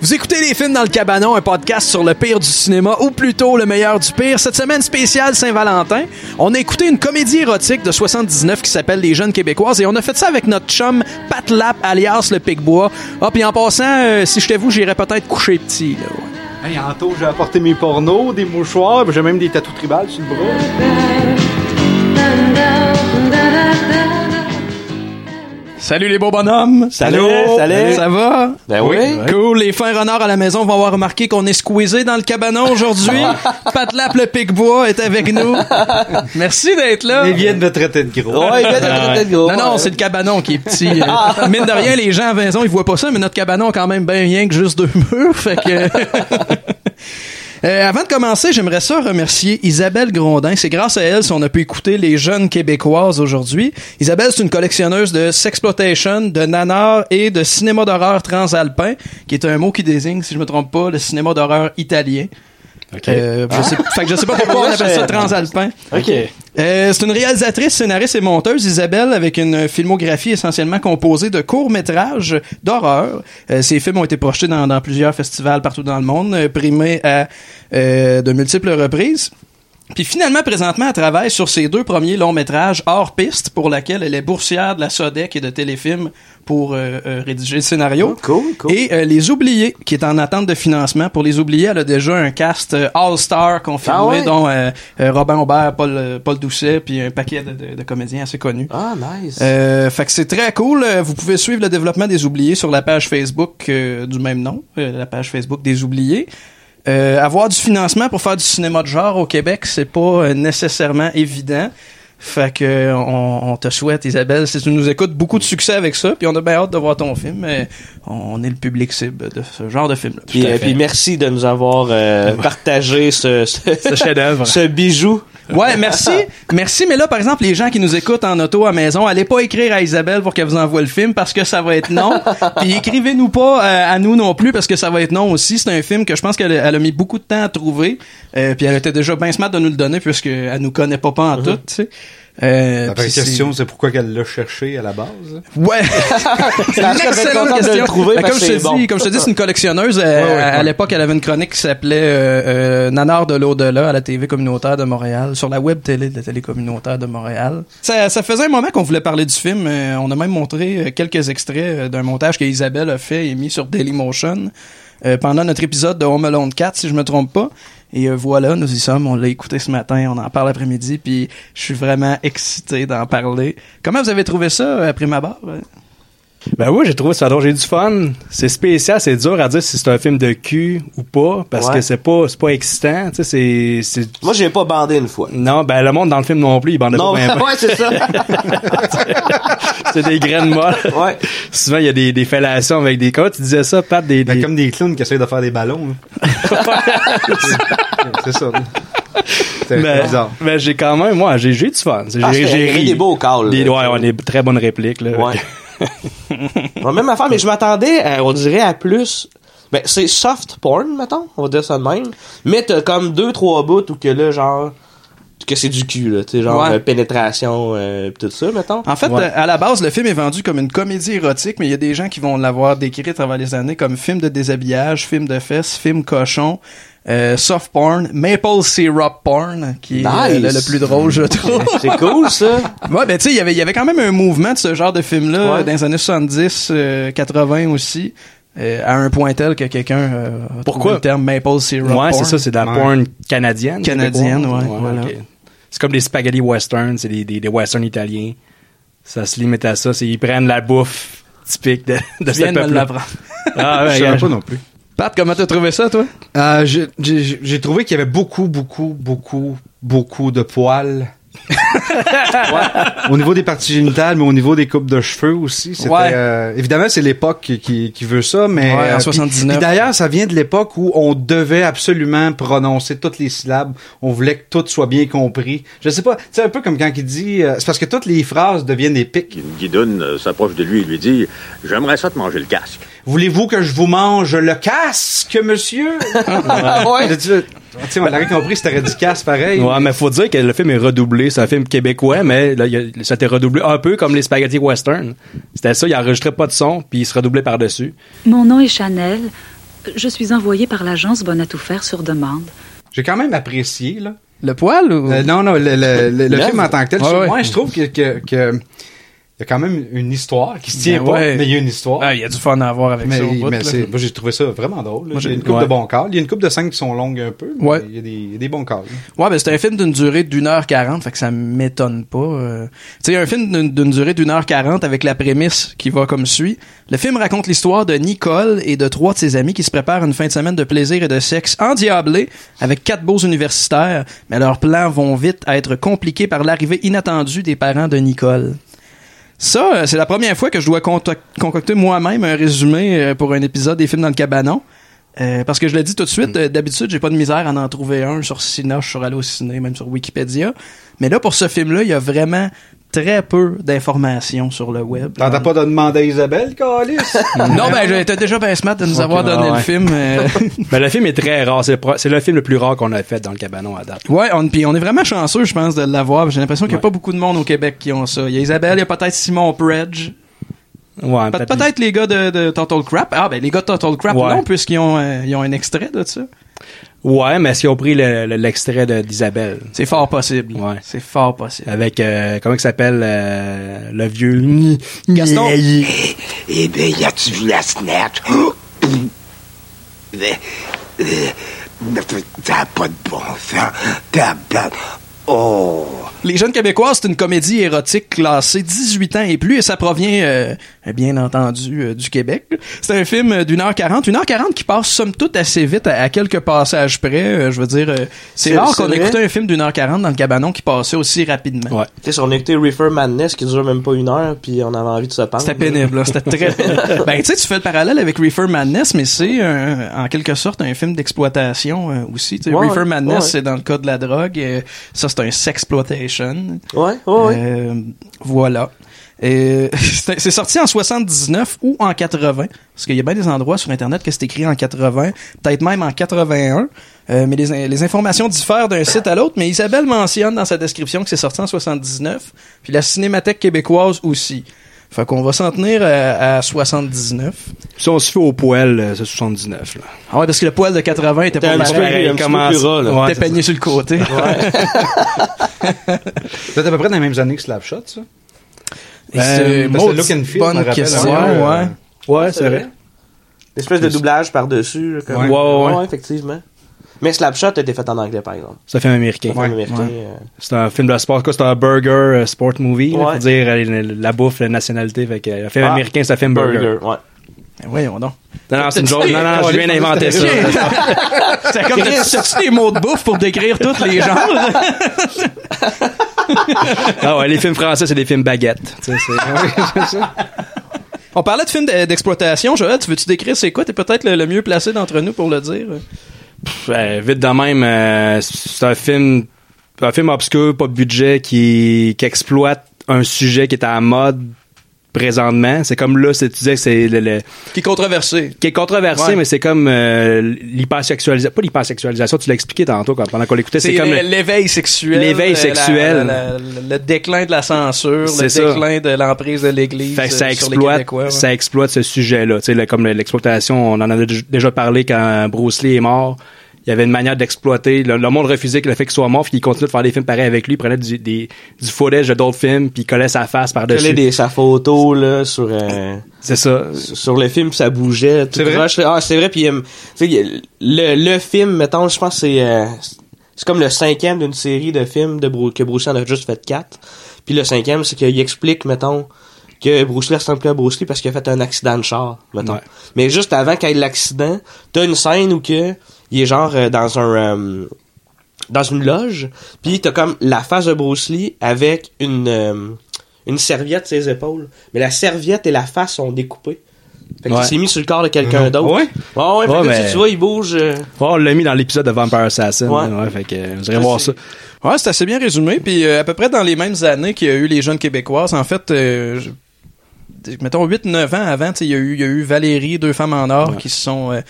Vous écoutez Les Films dans le Cabanon, un podcast sur le pire du cinéma, ou plutôt le meilleur du pire. Cette semaine spéciale Saint-Valentin, on a écouté une comédie érotique de 79 qui s'appelle Les Jeunes Québécoises et on a fait ça avec notre chum Pat Lap, alias le Picbois. Ah, puis en passant, euh, si j'étais vous, j'irais peut-être coucher petit, là. ouais. Hey, Anto, j'ai apporté mes pornos, des mouchoirs, puis j'ai même des tatous tribales sur le bras. Salut les beaux bonhommes! Salut, salut. Ça va? Ben oui. Cool, les fins renards à la maison vont avoir remarqué qu'on est squeezé dans le cabanon aujourd'hui. Pat Lap, le Picbois, est avec nous. Merci d'être là. Ils viennent me traiter de gros. Ouais, il vient de la tête gros. Non, non, c'est le cabanon qui est petit. Euh, Mine de rien, les gens à la maison, ils voient pas ça, mais notre cabanon a quand même bien rien que juste deux murs. Fait que... Euh, avant de commencer, j'aimerais ça remercier Isabelle Grondin. C'est grâce à elle si on a pu écouter les jeunes québécoises aujourd'hui. Isabelle, c'est une collectionneuse de sexploitation, de nanar et de cinéma d'horreur transalpin, qui est un mot qui désigne, si je me trompe pas, le cinéma d'horreur italien. Euh, je sais, fait que je sais pas pourquoi on appelle ça transalpin. OK. Euh, c'est une réalisatrice, scénariste et monteuse, Isabelle, avec une filmographie essentiellement composée de courts-métrages d'horreur. Euh, ces films ont été projetés dans, dans plusieurs festivals partout dans le monde, euh, primés à euh, de multiples reprises. Puis finalement, présentement, elle travaille sur ses deux premiers longs métrages hors piste, pour laquelle elle est boursière de la Sodec et de Téléfilm pour euh, euh, rédiger le scénario. Cool, cool. Et euh, Les Oubliés, qui est en attente de financement. Pour Les Oubliés, elle a déjà un cast euh, all-star confirmé, Ah ouais? dont euh, euh, Robin Aubert, Paul, euh, Paul Doucet, puis un paquet de, de- de comédiens assez connus. Ah, nice. Euh, fait que c'est très cool. Euh, Vous pouvez suivre le développement des oubliés sur la page Facebook euh, du même nom, euh, la page Facebook des oubliés. Euh, avoir du financement pour faire du cinéma de genre au Québec, c'est pas euh, nécessairement évident. Fait que euh, on, on te souhaite, Isabelle, si tu nous écoutes, beaucoup de succès avec ça. Puis on a bien hâte de voir ton film. Euh, on est le public cible de ce genre de film-là. puis, euh, puis merci de nous avoir euh, partagé ce, ce, chef-d'œuvre. ce bijou. Ouais, merci. Merci. Mais là, par exemple, les gens qui nous écoutent en auto à maison, allez pas écrire à Isabelle pour qu'elle vous envoie le film parce que ça va être non. Puis écrivez-nous pas euh, à nous non plus parce que ça va être non aussi. C'est un film que je pense qu'elle elle a mis beaucoup de temps à trouver. Euh, puis elle était déjà bien smart de nous le donner puisqu'elle nous connaît pas, pas en tout, tu sais. Euh, La vraie puis c'est- question, c'est pourquoi qu'elle l'a cherché à la base. Ouais. c'est une Ça serait excellente content de le question. trouver Ben, parce comme, je que te c'est bon. dis, comme je te dis, c'est une collectionneuse. Euh, ouais, à à ouais. l'époque, elle avait une chronique qui s'appelait euh, euh, Nanar de l'au-delà à la TV communautaire de Montréal, sur la web télé de la télé communautaire de Montréal. Ça, ça faisait un moment qu'on voulait parler du film. Euh, on a même montré euh, quelques extraits euh, d'un montage que Isabelle a fait et mis sur Dailymotion euh, pendant notre épisode de Home Alone 4, si je me trompe pas. Et euh, voilà, nous y sommes. On l'a écouté ce matin. On en parle après-midi. Puis je suis vraiment excité d'en parler. Comment vous avez trouvé ça euh, après ma barre? Ben oui, j'ai trouvé ça drôle, j'ai du fun. C'est spécial, c'est dur à dire si c'est un film de cul ou pas, parce Ouais. que c'est pas, c'est pas excitant, tu sais, c'est, c'est- Moi, j'ai pas bandé une fois. non, ben le monde dans le film non plus, il bandait Non, pas bien, ben, ouais, c'est ça. ben. c'est des graines molles. Ouais. Souvent, il y a des, des fellations avec des, comment tu disais ça, Pat, des, Ben, des- comme des clowns qui essayent de faire des ballons. hein. c'est c'est ça. C'est Ben, bizarre. ben, j'ai quand même, moi, j'ai, j'ai du fun. J'ai, euh, Ah, j'ai c'était- il y avait des beaux calls, Des, là. ouais, ouais, des très bonnes répliques, là. Ouais. Ouais, même affaire, mais je m'attendais, à- on dirait, à plus. Ben, c'est soft porn, mettons. On va dire ça de même. Mais t'as comme deux, trois bouts où que là, genre. Que c'est du cul, là. Tu sais, genre, Ouais. euh, pénétration, euh, pis tout ça, mettons. En fait, Ouais. euh, à la base, le film est vendu comme une comédie érotique, mais il y a des gens qui vont l'avoir décrit à travers les années comme film de déshabillage, film de fesses, film cochon, euh, soft porn, maple syrup porn, qui est euh, Nice. le, le plus drôle, je trouve. C'est cool, ça. ouais, ben tu sais, il y avait- il y avait quand même un mouvement de ce genre de film-là Ouais. dans les années 70, euh, 80 aussi. euh, à un point tel que quelqu'un euh, a trouvé Pourquoi? le terme maple syrup Ouais, porn. c'est ça, c'est de la Ouais. porn canadienne. Canadienne, québécoise. ouais, voilà. ok. C'est comme des spaghettis western, c'est des, des, des westerns italiens. Ça se limite à ça, c'est ils prennent la bouffe typique de, de Tu viens ce de me peuple. l'apprendre. Ah Je ouais, savais regarde. pas non plus. Pat, comment t'as trouvé ça, toi? Euh, j'ai- J'ai j'ai trouvé qu'il y avait beaucoup, beaucoup, beaucoup, beaucoup de poils. Ouais. Au niveau des parties génitales, mais au niveau des coupes de cheveux aussi. c'était, Ouais. euh, évidemment, c'est l'époque qui, qui, qui veut ça, mais... euh, Ouais, en puis- 79. puis D'ailleurs, ça vient de l'époque où on devait absolument prononcer toutes les syllabes. On voulait que tout soit bien compris. Je sais pas, c'est un peu comme quand il dit... euh, c'est parce que toutes les phrases deviennent des pics. Une guidoune euh, s'approche de lui et lui dit J'aimerais ça te manger le casque. Voulez-vous que je vous mange le casque, monsieur? ouais. Tu sais, on l'aurait compris, c'était radicace pareil. Ouais, mais faut dire que le film est redoublé. C'est un film québécois, mais là, il y a- ça a été redoublé un peu comme les spaghettis western. C'était ça, il enregistrait pas de son, puis il se redoublait par-dessus. Mon nom est Chanel. Je suis envoyée par l'agence Bon à tout faire sur demande. J'ai quand même apprécié, là. Le poil ou. Euh, non, non, le, le- le- le L'œuvre. film en tant que tel. Ouais, sur- ouais. Moi, je trouve que. que- que il y a quand même une histoire qui se tient Ben pas, ouais. mais il y a une histoire. Ah, il y a du fun à avoir avec mais ça au bout, mais là. c'est- moi, j'ai trouvé ça vraiment drôle. là. Moi, il y a j'ai- une coupe ouais. de bons calls. Il y a une coupe de scènes qui sont longues un peu. mais Ouais. Il y a des, il y a des bons calls. Ouais, ben c'est un film d'une durée d'une heure quarante, fait que ça m'étonne pas. euh. Tu sais, un film d'une- d'une durée d'une heure quarante avec la prémisse qui va comme suit. Le film raconte l'histoire de Nicole et de trois de ses amis qui se préparent à une fin de semaine de plaisir et de sexe endiablé avec quatre beaux universitaires, mais leurs plans vont vite être compliqués par l'arrivée inattendue des parents de Nicole. Ça, euh, c'est la première fois que je dois contoc- concocter moi-même un résumé euh, pour un épisode des films dans le cabanon. Euh, parce que je l'ai dit tout de Mm. suite, euh, d'habitude, j'ai pas de misère à en trouver un sur Cinoche, sur Allociné, même sur Wikipédia. Mais là, pour ce film-là, il y a vraiment très peu d'informations sur le web. T'en as pas de demander à Isabelle, Calis? Non, ben, j'étais déjà bien smart de nous avoir Ok, Ah donné ouais. le film. euh. Mais le film est très rare. C'est, pro- c'est le film le plus rare qu'on a fait dans le cabanon à date. ouais, on, puis on est vraiment chanceux, je pense, de l'avoir. J'ai l'impression qu'il y a pas beaucoup de monde au Québec qui ont ça. Il y a Isabelle, il y a peut-être Simon Predge. Ouais, Pe- peut-être les gars de, de Total Crap. Ah, ben, les gars de Total Crap, Ouais. non, puisqu'ils ont, euh, ils ont un extrait de ça. Ouais, mais s'ils ont pris le- le- l'extrait de- d'Isabelle. C'est fort possible. Ouais. C'est fort possible. Avec, euh, comment il s'appelle, euh, le vieux... Gaston. Eh ben, y a-tu vu la snatch? Mais, euh, mais T'as pas de bon sens. T'as pas... Oh! Les jeunes québécois, c'est une comédie érotique classée 18 ans et plus, et ça provient, euh, bien entendu, euh, du Québec. C'est un film euh, d'une heure quarante, une heure quarante qui passe somme toute assez vite à, à quelques passages près. euh, je veux dire, euh, c'est C'est- rare c'est qu'on vrai? écoute un film d'une heure quarante dans le cabanon qui passait aussi rapidement. Ouais. Tu sais, on a écouté Reefer Madness qui dure même pas une heure, puis on avait envie de se pendre. C'était pénible, là. C'était très pénible. Ben, tu sais, tu fais le parallèle avec Reefer Madness, mais c'est euh, en quelque sorte un film d'exploitation euh, aussi. tu sais. Ouais, Reefer ouais, Madness, ouais. c'est dans le cas de la drogue. euh, ça, c'est un sexploitation. Ouais, ouais, ouais. Euh, voilà. Euh, c'est c'est sorti en 79 ou en 80, parce qu'il y a bien des endroits sur Internet que c'est écrit en 80, peut-être même en 81, euh, mais les, in- les informations diffèrent d'un site à l'autre, mais Isabelle mentionne dans sa description que c'est sorti en 79, puis la Cinémathèque québécoise aussi. Fait qu'on va s'en tenir à, à 79. Si on se fait au poêle, euh, c'est 79, là. Ah ouais, parce que le poil de 80 était T'as pas un petit peu- mal. un petit peu plus ras, là. Ouais, T'es peigné sur le côté. C'est à peu près dans les mêmes années que Slapshot, ça. Et c'est- Ben, parce que Euh, maudite look and feel, je me bonne rappelle, question, hein, ouais. Ouais, c'est vrai. L'espèce de doublage par-dessus. là, Comme... Ouais. Ouais, ouais. effectivement. Mais Slapshot a été fait en anglais, par exemple. C'est un film américain. Le film américain, euh, C'est un film de sport, quoi. C'est un burger euh, sport movie. là, Ouais. faut dire euh, la bouffe, la nationalité. Fait que, euh, le film Ah. américain, c'est un film burger. Burger, ouais. Ben Voyons donc. Non, non, c'est une joke. Non, non, je viens d'inventer ça. C'est comme t'as-tu des mots de bouffe pour décrire tous les genres? Ah ouais, les films français, c'est des films baguettes. Tu sais, c'est- On parlait de films d'e- d'exploitation, Joël, tu veux-tu décrire c'est quoi? T'es peut-être le, le mieux placé d'entre nous pour le dire. Pff, euh, vite de même, euh, c'est un film, un film obscur, pas de budget, qui, qui exploite un sujet qui est à la mode présentement. C'est comme là, c'est- tu disais que c'est le- le, Qui est controversé. qui est controversé, Ouais. mais mais c'est comme l'hypersexualisation. Pas l'hypersexualisation, tu l'as expliqué tantôt pendant qu'on l'écoutait. C'est C'est comme l'é- l'éveil sexuel. l'éveil euh, la- sexuel. la- la- le déclin de la censure, le C'est ça. déclin de l'emprise de l'Église euh, ça sur les exploite, Québécois. ouais. ça exploite ce sujet-là. Tu sais, le- comme l'exploitation, on en a dé- déjà parlé quand Bruce Lee est mort. Il y avait une manière d'exploiter. Le, le monde refusait que le fait qu'il soit mort, puis il continue de faire des films pareils avec lui. Il prenait du, des, du footage de d'autres films, puis il collait sa face Collait par-dessus. des, sa photo, là, sur, euh, C'est ça. sur sur le film, puis ça bougeait. tout C'est vrai? croche, là. Ah, c'est vrai, puis, euh, tu sais, le, le film, mettons, je pense que c'est, euh, c'est comme le cinquième d'une série de films de Bru- que Bruce Lee en a juste fait quatre. Puis le cinquième, c'est qu'il explique, mettons, que Bruce Lee ressemble plus à Bruce Lee parce qu'il a fait un accident de char, mettons. Ouais. Mais juste avant qu'il y ait l'accident, t'as une scène où que, il est genre euh, dans un... euh, dans une loge, puis t'as comme la face de Bruce Lee avec une, euh, une serviette sur ses épaules. Mais la serviette et la face sont découpées. Fait qu'il Ouais. s'est mis sur le corps de quelqu'un d'autre. Ouais? Ouais, ouais, fait Ouais, que là, mais- tu- tu vois, il bouge. euh, Ouais, Oh, on l'a mis dans l'épisode de Vampire Assassin. Ouais. Ouais. fait que euh, vous irez voir ça. Ouais, c'est assez bien résumé. Puis euh, à peu près dans les mêmes années qu'il y a eu les jeunes québécoises, en fait, euh, je- mettons 8-9 ans avant, tu sais, il y, a eu- il y a eu Valérie, Deux femmes en or qui se sont euh,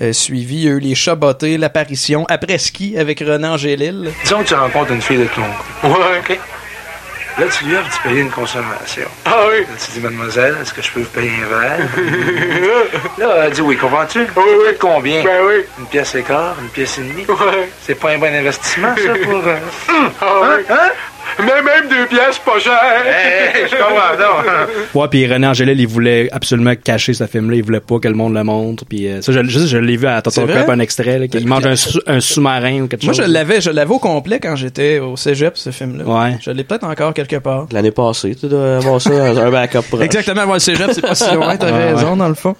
euh, suivies. Il y a eu Les Chabotés, L'Apparition, Après Ski avec Renan Gélil. Disons que tu rencontres une fille de ton. Ouais, ok. Là, tu lui as tu payais une consommation. Ah oui? Là, tu dis, mademoiselle, est-ce que je peux vous payer un verre? là, elle dit oui, comprends-tu? Oui, oui. Combien? Ben oui. Une pièce et quart, une pièce et demie? Oui. C'est pas un bon investissement, ça, pour. euh, hein? Hein? Mais même deux pièces pas chères! je comprends donc. Ouais, puis René Angélil, il voulait absolument cacher ce film-là. Il voulait pas que le monde le montre. Puis euh, ça, je, juste, je l'ai vu à Total vrai? Euh, Crap, un extrait, là, qu'il mange un, sou- un sous-marin ou quelque Moi, chose. je l'avais, je l'avais au complet quand j'étais au cégep, ce film-là. Ouais. Je l'ai peut-être encore quelque part. L'année passée, tu dois avoir ça dans un backup proche. Exactement, moi, le cégep, c'est pas si loin, t'as Ah, ouais. raison, dans le fond.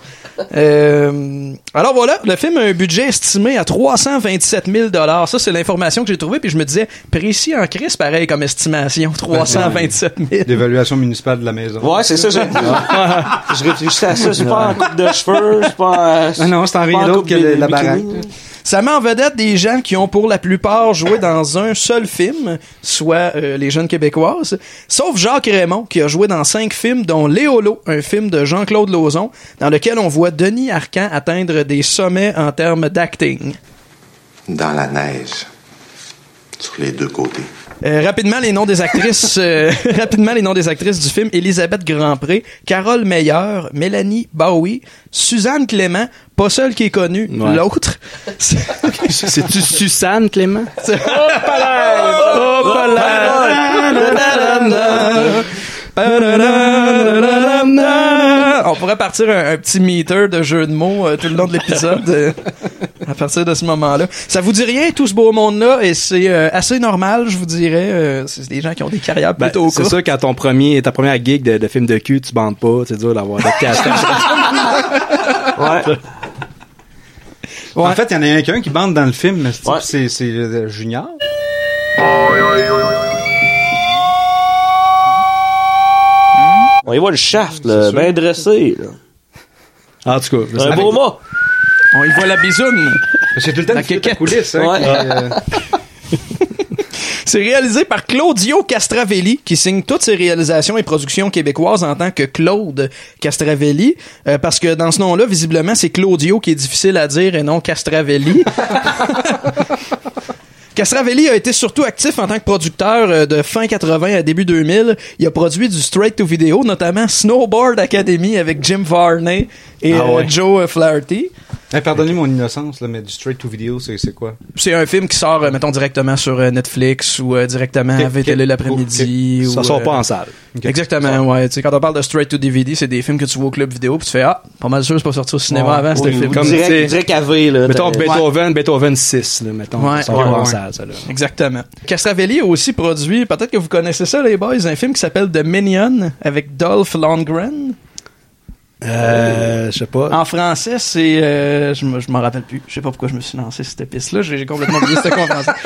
Euh, alors voilà, le film a un budget estimé à 327 000 Ça, c'est l'information que j'ai trouvée, puis je me disais, précis en crise, pareil comme estimation, 327 000 D'évaluation municipale de la maison. Ouais, c'est ça, je, je réfléchissais à ça. C'est pas en coupe de cheveux, c'est pas euh, en. Ah non, c'est en rien pas d'autre coupe que bi- le- la bikini. baraque. Ça met en vedette des gens qui ont pour la plupart joué dans un seul film, soit euh, les jeunes québécoises, sauf Jacques Raymond qui a joué dans cinq films dont Léolo, un film de Jean-Claude Lauzon, dans lequel on voit Denis Arcan atteindre des sommets en termes d'acting. Dans la neige. Sur les deux côtés. Euh, rapidement les noms des actrices euh, rapidement les noms des actrices du film Elisabeth Grandpré, Carole Meyer, Mélanie Bowie, Suzanne Clément, pas celle qui est connue, Ouais. l'autre. C'est-tu Suzanne, Clément? On pourrait partir un, un petit meter de jeu de mots euh, tout le long de l'épisode euh, à partir de ce moment-là. Ça vous dit rien tout ce beau monde-là et c'est euh, assez normal, je vous dirais. euh, c'est des gens qui ont des carrières Ben, plutôt c'est courtes. sûr, quand ton premier, ta première gig de, de film de cul, tu bandes pas, c'est dur d'avoir d'être caché. Ouais. En fait, il y en a un, qui bande dans le film, mais c'est- Ouais. c'est c'est, euh, Junior. On y voit le shaft, là, bien dressé. là. en tout cas, je sais Un pas. beau mot. On y voit la bisoune. C'est tout le temps La une flûte à quéquette. coulisses. hein, Ouais. qui, euh, C'est réalisé par Claudio Castravelli, qui signe toutes ses réalisations et productions québécoises en tant que Claude Castravelli, euh, parce que dans ce nom-là, visiblement, c'est Claudio qui est difficile à dire et non Castravelli. Castravelli a été surtout actif en tant que producteur euh, de fin 80 à début 2000. Il a produit du straight-to-video, notamment Snowboard Academy avec Jim Varney et Ah euh, ouais. Joe Flaherty. hey, Pardonnez mon innocence, là, mais du straight to video, c'est c'est quoi? C'est un film qui sort, euh, mettons, directement sur euh, Netflix ou euh, directement Ok, à VTL ok. l'après-midi. Ça ou, sort euh, pas en salle. Ok. Exactement, ouais. Tu sais, quand on parle de straight to DVD, c'est des films que tu vois au club vidéo, puis tu fais Ah, pas mal sûr, c'est pas sorti au cinéma Ouais. avant, c'était Oui, le film. Comme c'est- Direct, direct à V, là. Mettons t'as- Beethoven, Beethoven 6, là, mettons. Ouais, ça sort ouais, pas en ouais. salle, ça, là. Exactement. Castravelli a aussi produit, peut-être que vous connaissez ça, les boys, un film qui s'appelle The Minion avec Dolph Lundgren. Euh, je sais pas. Ah, En français, c'est. euh, je me- je m'en rappelle plus. Je sais pas pourquoi je me suis lancé cette piste-là. J'ai j'ai complètement oublié cette conférence. Ça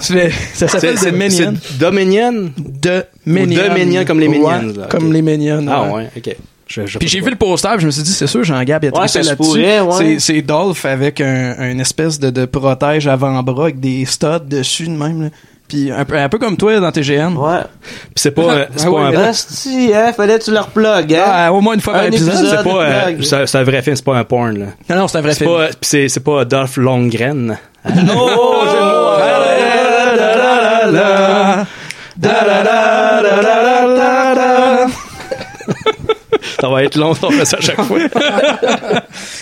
C'est- s'appelle The c'est- Minion. c'est Dominion? De Minion. The Minion comme les Ouais, Minions, là, ok. Comme les Minions. Ah ouais. ouais, ok. Je- je- Puis j'ai je- vu le poster, puis je me suis dit, c'est sûr, Jean-Gab, il a trippé Ouais, ça se là-dessus. pourrait, ouais. C'est- C'est Dolph avec un, une espèce de, de protège avant-bras avec des studs dessus, de même. là. Puis un peu, un peu comme toi dans TGN. Ouais. Puis c'est pas, euh, c'est Ah pas oui, un, Asti, hein, fallait que tu leur plug, hein. Ah, au moins une fois par Un épisode. épisode. c'est pas, euh, blague. c'est- c'est un vrai film, c'est pas un porn, là. Non, non, c'est un vrai C'est film. pas, pis c'est, c'est pas Dolph Lundgren. Oh, j'ai le mot. Ça va être long, on fait ça à chaque fois.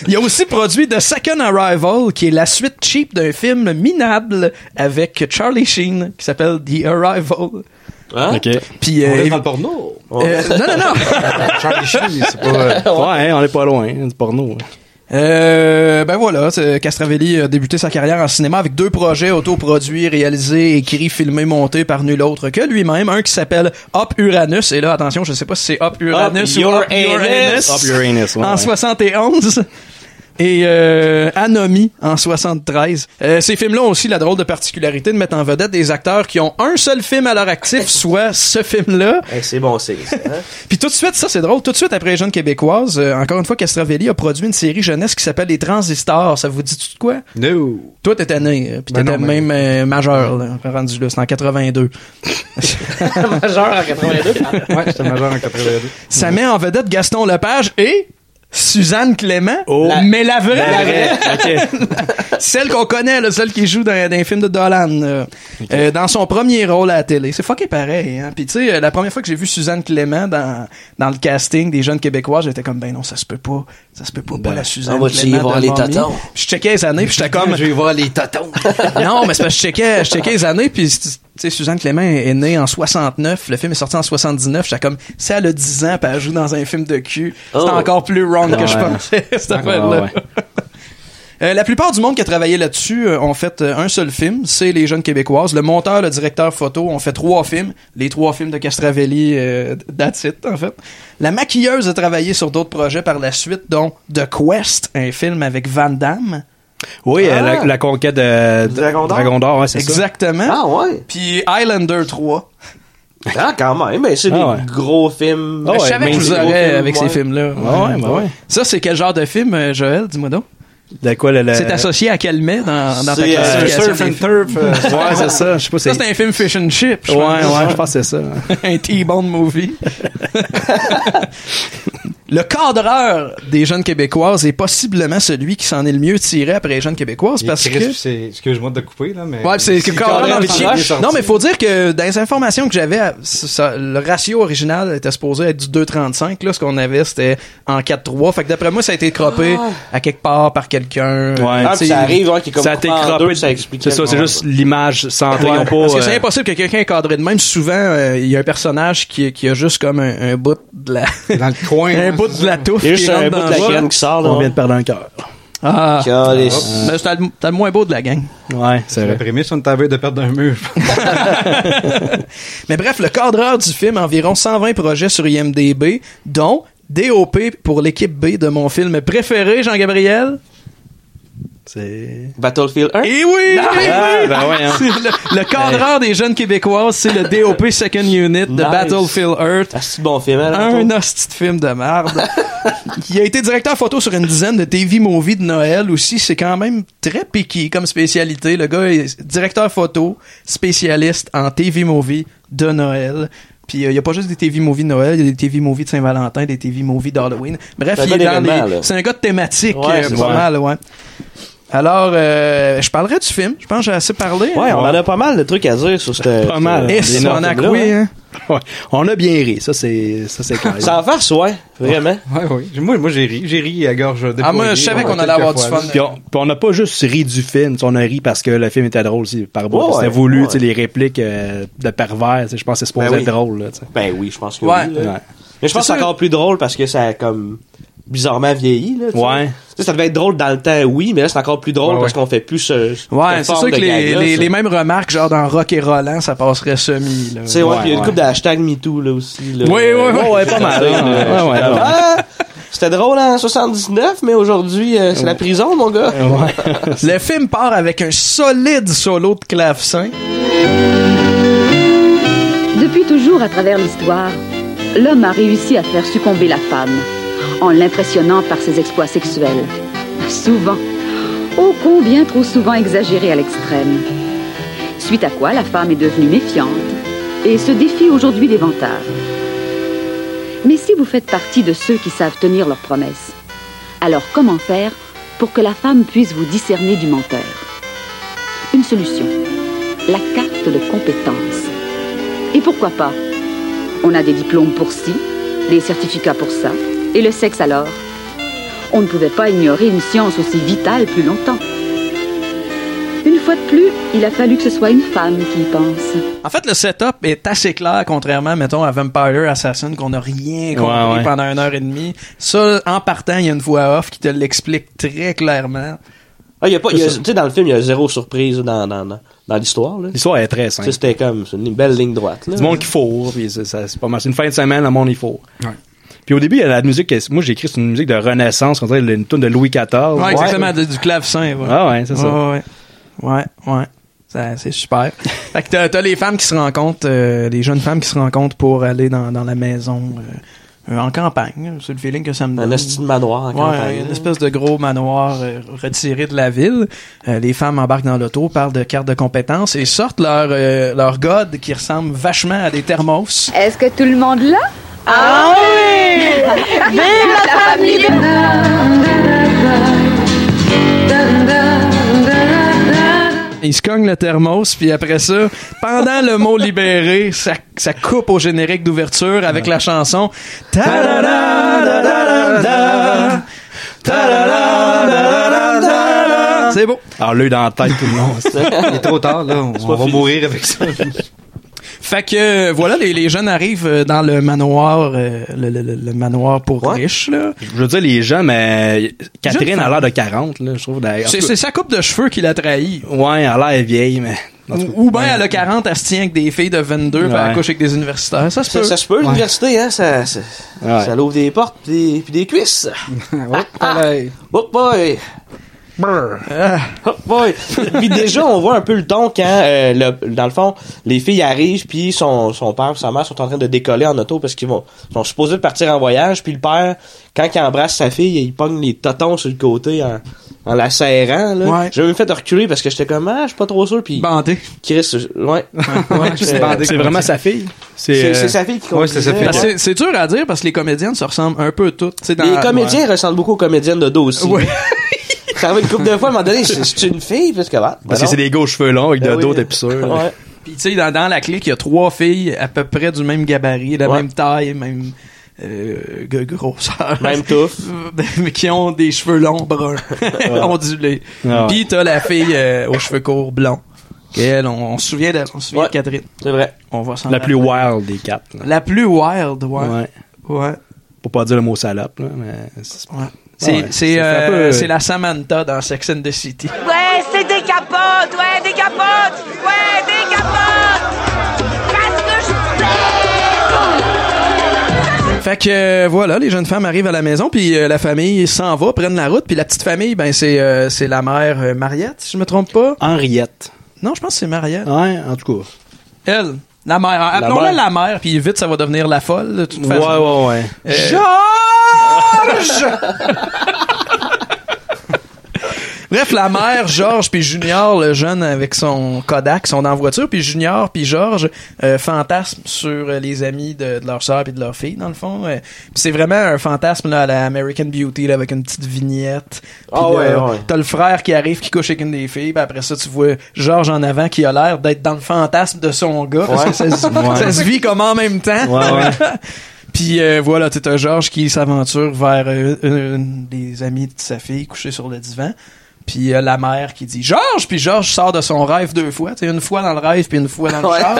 Il a aussi produit The Second Arrival, qui est la suite cheap d'un film minable avec Charlie Sheen, qui s'appelle The Arrival. Hein? Ok. Puis, On euh, est dans le porno. euh, non, non, non. Charlie Sheen, c'est pas... euh, Ouais, hein, on est pas loin hein, du porno. hein. Euh, ben voilà, c'est- Castravelli a débuté sa carrière en cinéma avec deux projets autoproduits, réalisés, écrits, filmés, montés par nul autre que lui-même. Un qui s'appelle Up Uranus, et là, attention, je sais pas si c'est Up Uranus Up ou Your Up Uranus, Anus. Up your anus, ouais, en ouais. 71. Et euh, Anomie en 73. Euh, ces films-là ont aussi la drôle de particularité de mettre en vedette des acteurs qui ont un seul film à leur actif, soit ce film-là, Eh, c'est bon, c'est. ça, hein. puis tout de suite, ça c'est drôle, tout de suite après les jeunes québécoises, euh, encore une fois, Castravelli a produit une série jeunesse qui s'appelle Les Transistors. Ça vous dit tout de quoi? No. Toi, t'étais né, euh, puis Ben t'étais non, mais- même euh, majeur, là, rendu là, c'est en 82. Majeur en 82. Ouais, j'étais majeur en 82. Ça met en vedette Gaston Lepage et Suzanne Clément, Oh. La- mais la vraie, OK. celle qu'on connaît, là, celle qui joue dans, dans un film de Dolan, euh, euh, dans son premier rôle à la télé. C'est fucking pareil. Hein? Puis tu sais, euh, la première fois que j'ai vu Suzanne Clément dans, dans le casting des jeunes Québécois, j'étais comme ben non, ça se peut pas, ça se peut pas, pas la Suzanne on va-tu Ah, y Clément voir de les Mommy. tatons? Je checkais les années, puis j'étais comme Je vais voir les tatons. non, mais c'est parce que je checkais, je checkais les années, puis tu sais, Suzanne Clément est née en 69, le film est sorti en 79, j'étais comme, si elle a 10 ans, puis elle joue dans un film de cul, c'est Oh. encore plus wrong que Ah je ouais. pensais, cette Ah affaire-là. ouais. Euh, la plupart du monde qui a travaillé là-dessus euh, ont fait euh, un seul film, c'est Les Jeunes Québécoises. Le monteur, le directeur photo ont fait trois films, les trois films de Castravelli, euh, that's it, en fait. La maquilleuse a travaillé sur d'autres projets par la suite, dont The Quest, un film avec Van Damme. Oui, Ah. euh, la, la conquête de Dragon d'Or. Dragon d'Or, ouais, c'est ça. Exactement. Ah ouais. Puis Highlander 3. Ah, quand même. Mais c'est Ah des ouais. gros films. Ah ouais, je savais que mais vous c'est aurez gros films, avec ouais. ces films-là. Ouais, ouais, ouais. Ça, c'est quel genre de film, euh, Joël? Dis-moi donc. De quoi le. le- C'est associé à quel mets dans, dans ta C'est, euh, classification? surf des and films? Ouais, c'est ça. Je sais pas si Ça, c'est un film fish and chip. je Ouais, pense. ouais, je pense que c'est ça. Ah, un T-Bone movie. le cadreur des jeunes québécoises est possiblement celui qui s'en est le mieux tiré après les jeunes québécoises parce Chris, que c'est- Excuse-moi de te couper, là, mais. Ouais, c'est que Si cadreur dans Cadreur le dans chien. le chien. Non, mais faut dire que dans les informations que j'avais, à- ça- le ratio original était supposé être du 2,35. Là, ce qu'on avait, c'était en 4,3. Fait que d'après moi, ça a été croppé à quelque part par quelqu'un. Euh, Ouais. Tu Ah, sais, puis ça arrive, hein, qui est comme ça a été coupé en croppé. deux, ça explique. C'est ça, c'est juste l'image centrée. ils ont pas, Parce que c'est euh, impossible que quelqu'un est cadré de même. Souvent, euh, il y a un personnage qui, qui a juste comme un, un bout de la... Dans le coin. un hein, bout c'est de la touffe Il y a qui juste un rentre bout dans de la le graine qui sort, là. on vient de perdre un cœur. Ah. Calice. Mais c'est le- t'as le moins beau de la gang. Ouais, c'est La vrai. prémisse, on t'avait de perdre un mur. Mais bref, le cadreur du film, environ 120 projets sur IMDB, dont DOP pour l'équipe B de mon film préféré, Jean-Gabriel. C'est. Battlefield 1. Et oui! eh Hein? Ah, oui! ben ouais, hein. C'est le, le cadreur des jeunes québécoises, c'est le DOP Second Unit de Nice. Battlefield Earth. Ah, c'est bon film, hein, là, Un toi? hostie de film de merde. Il a été directeur photo sur une dizaine de TV movies de Noël aussi. C'est quand même très piqué comme spécialité. Le gars est directeur photo, spécialiste en TV movies de Noël. Puis euh, il y a pas juste des TV movies de Noël, il y a des TV movies de Saint-Valentin, des TV movies d'Halloween. Bref, C'est un il est gars dans d'événement, des- là. c'est un gars de thématique Ouais, euh, c'est pas ça. mal, ouais. Alors, euh, je parlerai du film. Je pense que j'ai assez parlé. Ouais, on en a pas mal de trucs à dire sur ce. Pas mal. Et ce si on a film-là, coué, hein. hein. Ouais. On a bien ri, ça c'est ça c'est clair. Ça en farce, ouais. Vraiment. Ouais, oui. Moi, moi j'ai ri. J'ai ri à gorge déployée. Ah, moi, je savais qu'on allait avoir du fun. Puis on, puis on n'a pas juste ri du film, tu sais, on a ri parce que le film était drôle aussi, par bout. Ouais, c'était ouais, voulu, ouais. tu sais, les répliques euh, de pervers, tu sais, je pense que c'est supposé Ben oui. être drôle. Là, tu sais. Ben oui, je pense que Ouais. oui. là. Ouais. Mais je pense que c'est sûr. encore plus drôle parce que ça a comme bizarrement vieilli. Là, tu sais. Ouais. Tu sais, ça devait être drôle dans le temps, oui, mais là c'est encore plus drôle Ouais, parce ouais. qu'on fait plus ce. cette Ouais, c'est forme sûr que de les, gag-là, les- ça. les mêmes remarques, genre dans Rock et Roland, ça passerait semi. Là. Tu sais, ouais, Ouais, puis il y a une ouais. couple de hashtags MeToo là aussi. Là, Oui, oui, oui. Ouais, pas mal. Euh, hein. Ouais, ouais, ouais. Ah, c'était drôle en 79, mais aujourd'hui euh, c'est la prison, mon gars. Le film part avec un solide solo de clavecin. Depuis toujours, à travers l'histoire, l'homme a réussi à faire succomber la femme en l'impressionnant par ses exploits sexuels. Souvent, ô combien trop souvent exagéré à l'extrême. Suite à quoi, la femme est devenue méfiante et se défie aujourd'hui l'éventail. Mais si vous faites partie de ceux qui savent tenir leurs promesses, alors comment faire pour que la femme puisse vous discerner du menteur Une solution, la carte de compétence. Et pourquoi pas On a des diplômes pour ci, des certificats pour ça, et le sexe alors. On ne pouvait pas ignorer une science aussi vitale plus longtemps. Une fois de plus, il a fallu que ce soit une femme qui y pense. En fait, le setup est assez clair, contrairement, mettons, à Vampire Assassin, qu'on n'a rien compris Ouais, ouais. pendant une heure et demie. Ça, en partant, il y a une voix off qui te l'explique très clairement. Ah, il y a pas, il y a- tu sais, dans le film, il y a zéro surprise dans, dans, dans, dans l'histoire. là. Tu L'histoire est très simple. sais, c'était comme c'est une belle ligne droite. Là. Du monde qui fourre, puis c'est ça- c'est pas mal. C'est une fin de semaine, le monde il fourre. Puis au début, il y a la musique, que- moi j'ai écrit, c'est une musique de Renaissance, on dirait une tune de Louis XIV. Ouais, exactement, de- du clavecin. ouais. Ah ouais, c'est ça. Ouais, ouais. ouais. ouais. Ça, c'est super. Fait que t'as, t'as les femmes qui se rencontrent, euh, les jeunes femmes qui se rencontrent pour aller dans, dans la maison euh, euh, en campagne. C'est le feeling que ça me Un donne. esti de manoir en Ouais, campagne. une espèce de gros manoir euh, retiré de la ville. Euh, les femmes embarquent dans l'auto, parlent de cartes de compétences et sortent leur, euh, leur god qui ressemble vachement à des thermos. Est-ce que tout le monde là Ah oui! Vive la famille de... Il se cogne le thermos, puis après ça, pendant le mot libéré, ça, ça coupe au générique d'ouverture avec la chanson. Ta-da-da-da-da-da-da. Ta-da-da-da-da-da-da. C'est beau. Alors, l'œil dans la tête, tout le monde. Il est trop tard, là. On, on va mourir avec ça. Fait que euh, voilà, les, les jeunes arrivent euh, dans le manoir, euh, le, le- le- le manoir pour Ouais. riches, là. Je veux dire, les gens, mais Catherine Jeune a l'air de 40, là, je trouve. d'ailleurs. C'est c'est sa coupe de cheveux qui l'a trahi. Ouais, elle a l'air vieille, mais. en tout cas, Ou, ou bien elle a 40, elle se tient avec des filles de 22 puis elle Ouais. couche avec des universitaires. Ça, c'est Ça, ça se peut, l'université, hein? Ça, ça, Ouais. ça l'ouvre des portes pis des, pis des cuisses. Hop boy! Hop boy! Puis déjà, on voit un peu le ton quand, euh, le- dans le fond, les filles arrivent, puis son, son père et sa mère sont en train de décoller en auto parce qu'ils vont sont supposés partir en voyage, puis le père, quand il embrasse sa fille, il pogne les totons sur le côté en, en la serrant. Là. Ouais. J'ai même fait reculer parce que j'étais comme, ah, je suis pas trop sûr, puis bandé. Chris, je- ouais. c'est Euh, bandé. C'est vraiment sa fille. c'est, euh, c'est sa fille qui ouais, c'est sa conduisait. Parce fille. que c'est- C'est dur à dire parce que les comédiennes se ressemblent un peu toutes. tu sais, dans- Les comédiens ressemblent beaucoup aux comédiennes de dos aussi. Ouais. Ça arrive une couple de fois, à un moment donné, c'est- c'est une fille, parce que bah, Parce que c'est des gars aux cheveux longs avec de dos, t'es plus sûr. Ouais. Puis tu sais, dans, dans la clique, il y a trois filles à peu près du même gabarit, la Ouais. même taille, même euh, g- grosseur. Même touffe. mais qui ont des cheveux longs bruns, ondulés. Ouais. Puis t'as la fille euh, aux cheveux courts blonds. Et elle, on, on se souvient, de, on se souvient Ouais. de Catherine. C'est vrai. On va s'en La plus rappeler. wild des quatre. là. La plus wild, ouais. Ouais. Ouais. Pour pas dire le mot salope, là, mais. c'est- ouais. C'est Ouais, c'est, c'est un euh, peu- c'est la Samantha dans Sex and the City. Ouais, c'est des capotes! Ouais, des capotes! Ouais, des capotes! Parce que je Fait que euh, voilà, les jeunes femmes arrivent à la maison, puis euh, la famille s'en va, prennent la route, puis la petite famille, ben c'est euh, c'est la mère euh, Mariette, si je me trompe pas. Henriette. Non, je pense que c'est Mariette. Ouais, en tout cas. Elle, la mère. Appelons-la mère. la mère, puis vite ça va devenir la folle, de toute Ouais, façon. ouais, ouais. Euh. Bref, la mère, Georges, puis Junior, le jeune avec son Kodak, sont en voiture, puis Junior, puis Georges euh, fantasment sur euh, les amis de, de leur sœur puis de leur fille, dans le fond. euh. Puis c'est vraiment un fantasme là, à la American Beauty, là, avec une petite vignette. Puis Ah ouais, là, ouais. T'as le frère qui arrive, qui couche avec une des filles, puis après ça, tu vois Georges en avant qui a l'air d'être dans le fantasme de son gars. parce que ça, se, ça se vit comme en même temps. Ouais, ouais. Puis euh, voilà, t'es un Georges qui s'aventure vers euh, une- une des amies de sa fille couchée sur le divan. Puis euh, la mère qui dit Georges, puis Georges sort de son rêve deux fois, t'sais, une fois dans le rêve puis une fois dans le Ouais. char.